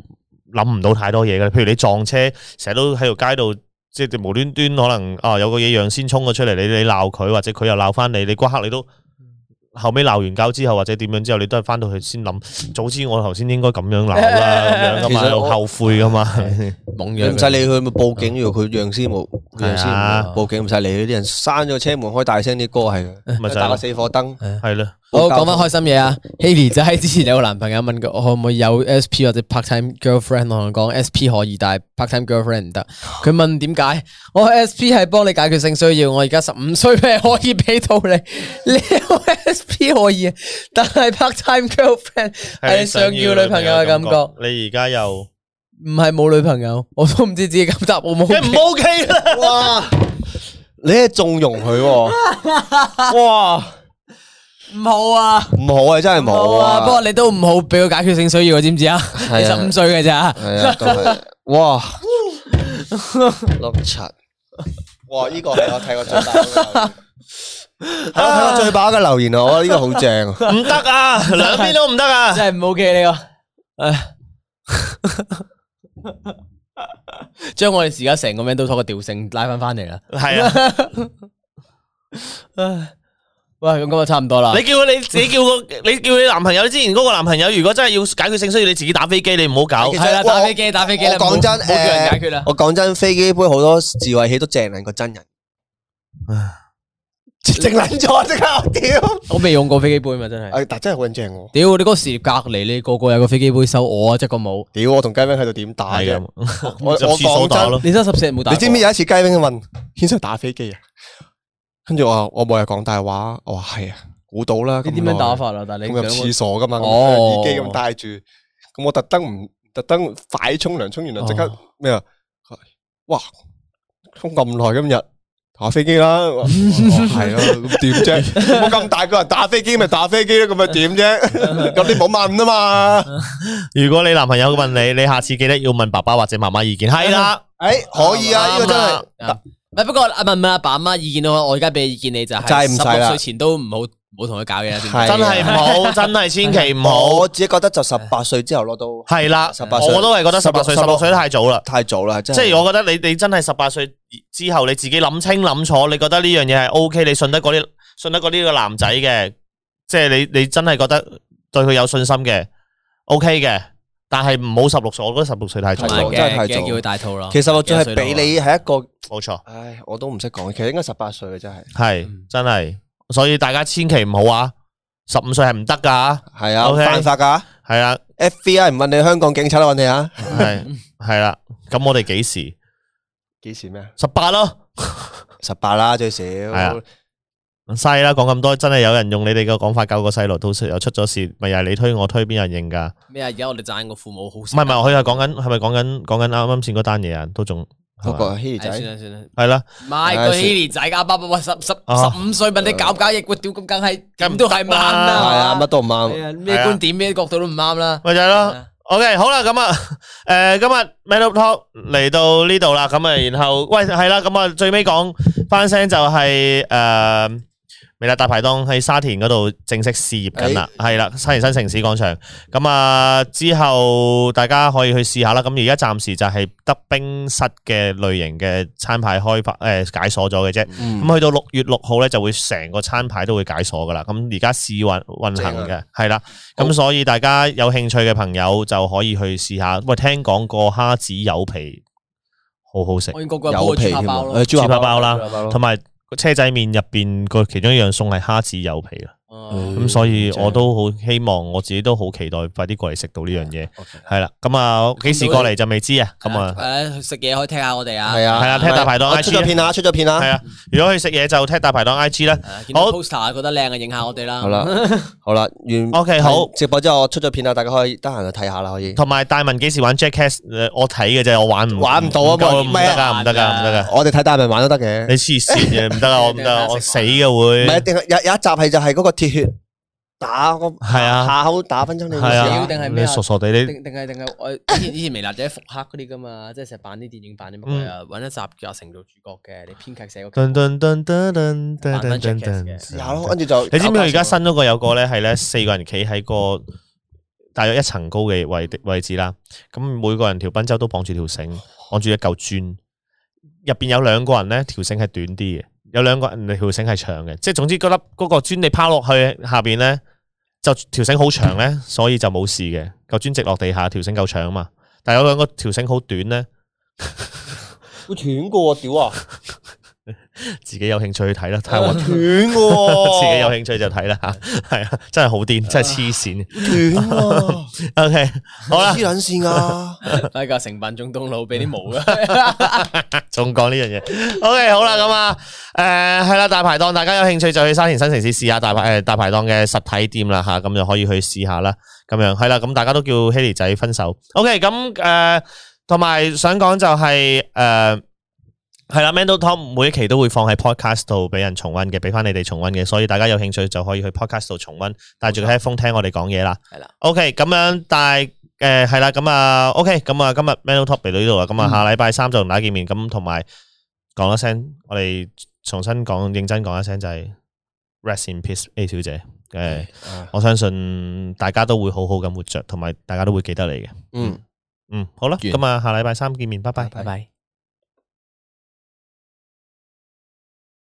Speaker 1: 諗唔到太多嘢嘅。譬如你撞車，成日都喺條街度，即係無端端可能啊有個嘢讓先衝咗出嚟，你你鬧佢，或者佢又鬧翻你，你嗰刻你都後尾鬧完交之後，或者點樣之後，你都係翻到去先諗，早知我頭先應該咁樣鬧啦，咁樣噶
Speaker 4: 其
Speaker 1: 嘛，
Speaker 4: 實
Speaker 1: 又
Speaker 4: 我
Speaker 1: 後悔噶嘛。
Speaker 3: 懵
Speaker 4: 你
Speaker 3: 樣
Speaker 4: 唔使理佢，咪報警要佢讓先冇，讓先
Speaker 1: 係啊
Speaker 4: 冇報警唔使理佢，啲人閂咗車門開大聲啲歌係，
Speaker 1: 咪就係
Speaker 4: 打
Speaker 1: 咯
Speaker 4: 個死火燈。
Speaker 1: 係啦，
Speaker 3: 好，講翻開心嘢啊！Haley 仔之前有個男朋友問佢，我可唔可以有 SP 或者 part time girlfriend？我同佢講 SP 可以，但係 part time girlfriend 唔得。佢問點解？我 SP 係幫你解決性需要，我而家十五歲咩可以俾到你？你 有 SP 可以，啊但係 part time girlfriend 係你想要女朋友嘅感覺，。
Speaker 1: 你而家又
Speaker 3: 唔係冇女朋友，我 都唔知自己咁答好冇。
Speaker 1: 唔 OK 啦。
Speaker 4: 哇！你係縱容佢 喎，哇！
Speaker 3: 唔好啊！
Speaker 4: 唔好啊，真係冇啊。
Speaker 3: 不過你都唔好俾佢解決性需要，知唔知啊？你十五歲嘅咋？
Speaker 4: 係啊，都係哇，六七，哇！呢個係我睇過最把， 係我睇過最把嘅留言啊！我覺得呢個好正啊，
Speaker 1: 唔得啊，兩邊都唔得 啊。
Speaker 3: 真係唔 OK 呢個，唉，將我哋而家成個 man 都拖個調性拉翻翻嚟啦。
Speaker 1: 係啊。
Speaker 3: 喂，咁今日差唔多啦。
Speaker 1: 你叫佢你你叫個你叫你男朋友之前嗰個男朋友，如果真係要解決性需要，你自己打飛機，你唔好搞。
Speaker 3: 係啦，
Speaker 4: 其實
Speaker 3: 打飛機，打飛機啦。
Speaker 4: 我講真，
Speaker 3: 冇叫人解決
Speaker 4: 誒
Speaker 3: 啦。
Speaker 4: 我講真，飛機杯好多智慧器都正撚過真人。 正撚咗啊即刻，我屌！
Speaker 3: 我未用過飛機杯嘛，真係。
Speaker 4: 誒，但真係好撚正喎！
Speaker 3: 屌，你嗰個時隔離你個個有個飛機杯收，我啊即個冇。
Speaker 4: 屌，我同雞 wing 喺度點打
Speaker 1: 係
Speaker 4: 嘅
Speaker 1: 咁？，
Speaker 4: 我我
Speaker 1: 入廁所
Speaker 4: 講
Speaker 1: 打
Speaker 4: 真
Speaker 1: 咯。
Speaker 3: 你真係十四日冇打過。啊
Speaker 4: 你知唔知有一次雞 wing 問軒 Sir 打飛機啊？跟住我話我冇係講大話，我話係啊，估到啦。
Speaker 3: 你
Speaker 4: 咁
Speaker 3: 點樣
Speaker 4: 耐
Speaker 3: 打法啦？啊但係你
Speaker 4: 咁入
Speaker 3: 兩個
Speaker 4: 廁所噶嘛，咁
Speaker 3: 哦
Speaker 4: 耳機咁戴住，咁我特登唔特登快沖涼，沖完涼即刻咩啊？哇，沖咁耐今日打飛機啦，我話哦 係咯，咁點啫？我咁大個人打飛機咪打飛機咯，咁咪 點啫？咁你冇問啊嘛？
Speaker 1: 如果你男朋友問你，你下次記得要問爸爸或者媽媽意見。係啦，
Speaker 4: 誒，可以啊，呢個真係
Speaker 3: 啊唔係不過阿問問阿爸阿媽意見咯，我而家俾意見你就
Speaker 4: 就
Speaker 3: 係
Speaker 4: 係唔
Speaker 3: 十
Speaker 4: 使
Speaker 3: 六
Speaker 4: 啦
Speaker 3: 歲前都唔好唔好同佢搞嘢啦。知唔知
Speaker 4: 係啊
Speaker 1: 真係唔好，真係千祈唔好
Speaker 4: 我。自己覺得就十八歲之後咯，都
Speaker 1: 係啦，
Speaker 4: 18歲
Speaker 1: 我都係覺得十八歲、十
Speaker 4: 16
Speaker 1: 六歲太早啦。
Speaker 4: 太早啦，真
Speaker 1: 即係我覺得你你真係十八歲之後，你自己諗清諗楚，你覺得呢樣嘢係 O K，你信得過呢信得過呢個男仔嘅，即係你你真係覺得對佢有信心嘅，O K 嘅，但係唔好十六歲，我覺得十六歲太早
Speaker 3: 同
Speaker 4: 太
Speaker 1: 啦，
Speaker 3: 埋嘅
Speaker 4: 早真係太
Speaker 3: 嘅
Speaker 4: 早
Speaker 3: 叫佢大肚咯。
Speaker 4: 其實我最
Speaker 3: 幾
Speaker 4: 係
Speaker 3: 多歲
Speaker 4: 俾
Speaker 3: 都好
Speaker 4: 你係一個，
Speaker 1: 冇錯，
Speaker 4: 唉，我都唔識講，其實應該十八歲嘅真係，
Speaker 1: 係真係，所以大家千祈唔好啊，十五歲係唔得噶，
Speaker 4: 係啊，
Speaker 1: OK
Speaker 4: 犯法㗎。
Speaker 1: 係啦，
Speaker 4: FBI 唔問你，香港警察都問你啊。
Speaker 1: 係係啦，咁我哋幾時
Speaker 4: 幾時咩？
Speaker 1: 十八咯？
Speaker 4: 十八啦最少。
Speaker 1: 啊嘥啦，講咁多，真係有人用你哋嘅講法教個細路，到時又出咗事，咪又係你推我推，邊有人認㗎？
Speaker 3: 咩啊？而家我哋讚個父母好唔
Speaker 1: 唔係唔係，佢係講緊係咪講緊講緊啱啱先嗰單嘢啊？都仲
Speaker 4: 嗰個 h e
Speaker 3: 唉算
Speaker 4: 仔
Speaker 3: 啦算啦，
Speaker 1: 係啦，
Speaker 3: 唔係
Speaker 4: 唉
Speaker 3: 個 Haley 仔阿爸爸話十十
Speaker 1: 啊
Speaker 3: 十五歲問你搞唔搞嘢，我屌咁梗係
Speaker 1: 梗唔
Speaker 3: 咁都係唔啱
Speaker 4: 係
Speaker 1: 得
Speaker 3: 啦
Speaker 4: 啊，，乜
Speaker 3: 係
Speaker 4: 都唔
Speaker 3: 嘛
Speaker 4: 啱。
Speaker 3: 係啊咩
Speaker 1: 係啊
Speaker 3: 觀點咩角度都唔啱啦。
Speaker 1: 咪就係
Speaker 3: 係
Speaker 1: 咯
Speaker 3: 啊。
Speaker 1: OK，好啦，咁啊， 誒，今日 Mad Up Talk 嚟到呢度啦，咁啊，然後喂係啦，咁啊，最尾講翻聲就係誒。美辣大排檔喺沙田嗰度正式試業緊啦，係啦，沙田新城市廣場。咁啊，之後大家可以去試下啦。咁而家暫時就係得冰室嘅類型嘅餐牌開發誒、解鎖咗嘅啫。咁去到六月六號咧，就會成個餐牌都會解鎖噶啦。咁而家試運運行
Speaker 4: 正
Speaker 1: 嘅，係啦。咁所以大家有興趣嘅朋友就可以去試下。喂，聽講過蝦子有皮啊好好食，
Speaker 3: 我見個個
Speaker 4: 有
Speaker 3: 煲
Speaker 4: 皮
Speaker 3: 豬扒
Speaker 4: 添
Speaker 3: 包
Speaker 4: 啊，
Speaker 3: 咯
Speaker 4: 誒，豬
Speaker 1: 豬扒包啦，
Speaker 3: 豬扒包咯
Speaker 1: 同埋個車仔面入边個其中一樣餸係蝦子有皮啦。
Speaker 3: 哦
Speaker 1: 咁所以
Speaker 4: 正
Speaker 1: 我都好希望我自己都好期待，快啲過嚟食到呢樣嘢。係啦，咁啊幾時過嚟就未知啊。咁啊，
Speaker 3: 係啊食嘢可以踢下我哋啊，
Speaker 4: 係啊，
Speaker 1: 係啊聽大排檔
Speaker 4: 我
Speaker 1: IG
Speaker 4: 出咗片啦，出咗片
Speaker 1: 係
Speaker 4: 啦，
Speaker 1: 啊，如果去食嘢就踢大排檔 I G 啦。
Speaker 3: 係啊見到
Speaker 1: 好
Speaker 3: poster 覺得靚嘅影下我哋啦，
Speaker 4: 好啦，好啦，完
Speaker 1: OK，好
Speaker 4: 直播之後我出咗片啦，大家可以得閒去睇下啦，可以。
Speaker 1: 同埋大文幾時玩 Jackass？誒我睇嘅啫，我玩唔
Speaker 4: 玩唔到啊
Speaker 1: 夠
Speaker 4: 嘛
Speaker 1: 唔得噶，
Speaker 3: 咩
Speaker 1: 唔得噶，唔得噶，
Speaker 4: 我哋睇大文玩都得嘅
Speaker 1: 你，黐線嘅，唔得啊，我唔得啊，我死嘅
Speaker 4: 唔係一
Speaker 1: 會。
Speaker 4: 定有有一集係就係嗰個鐵血打嗰
Speaker 1: 係啊
Speaker 4: 下口打分針你
Speaker 1: 係
Speaker 4: 會
Speaker 1: 啊
Speaker 2: 你定係，咩
Speaker 1: 你
Speaker 2: 啊
Speaker 1: 傻傻地你
Speaker 2: 定定係定係我
Speaker 3: 以前以前微辣仔復刻嗰啲噶嘛，即係成日扮啲電影扮啲乜鬼啊，揾一集叫阿成做主角嘅，你編劇寫 個
Speaker 1: 噔
Speaker 3: 劇
Speaker 1: 噔噔噔噔噔
Speaker 3: 玩
Speaker 1: 噔噔
Speaker 3: 返 Jackass 嘅
Speaker 1: 噔。
Speaker 4: 有啊咯，跟住就
Speaker 1: 你知唔知佢而家新嗰個有個咧係咧四個人企喺個大約一層高嘅位位置啦，咁每個人條賓州都綁住條繩，綁住一嚿磚，入邊有兩個人咧條繩係短啲嘅，有兩個人條繩係長嘅，即係總之嗰粒嗰個磚你拋落去下邊咧，就條繩好長咧，所以就冇事嘅，嚿磚直落地下，條繩夠長啊嘛，但係有兩個條繩好短咧，
Speaker 4: 會斷過喎，屌啊，
Speaker 1: 自己有興趣去睇啦，睇下我
Speaker 4: 斷
Speaker 1: 自
Speaker 4: 嘅喎，
Speaker 1: 己有興趣就睇啦嚇，係啊，真係好癲，真係黐線。
Speaker 4: 斷喎，
Speaker 1: OK，好啦
Speaker 4: 黐。撚線啊！
Speaker 3: 本，喺個成品中東路俾啲毛啊。
Speaker 1: 仲講呢樣嘢。OK，好啦，咁啊，诶系啦，大排檔，大家有興趣就去沙田新城市試下大排诶大排檔嘅實體店啦吓，咁就可以去試下啦。咁樣係啦，咁大家都叫 Haley 仔分手。OK，咁诶，同埋想講就係诶。係啦，Mando Tom 每一期都會放喺 podcast 度俾人重温嘅，俾翻你哋重温嘅，所以大家有興趣就可以去 podcast 度重温，戴住個 headphone 聽我哋講嘢啦。
Speaker 3: 係啦
Speaker 1: ，OK，咁樣但係诶係啦，咁啊 OK，咁啊今日 Mando Top 嚟到呢度啦，咁啊下禮拜三就同大家見面，咁同埋講一聲，我哋重新講，認真講一聲就係 rest in peace A 小姐，诶，我相信大家都會好好咁活着，同埋大家都會記得你嘅。
Speaker 4: 嗯，
Speaker 1: 嗯，好啦，
Speaker 4: 完
Speaker 1: 咁啊下禮拜三見面，拜拜。
Speaker 3: 拜拜。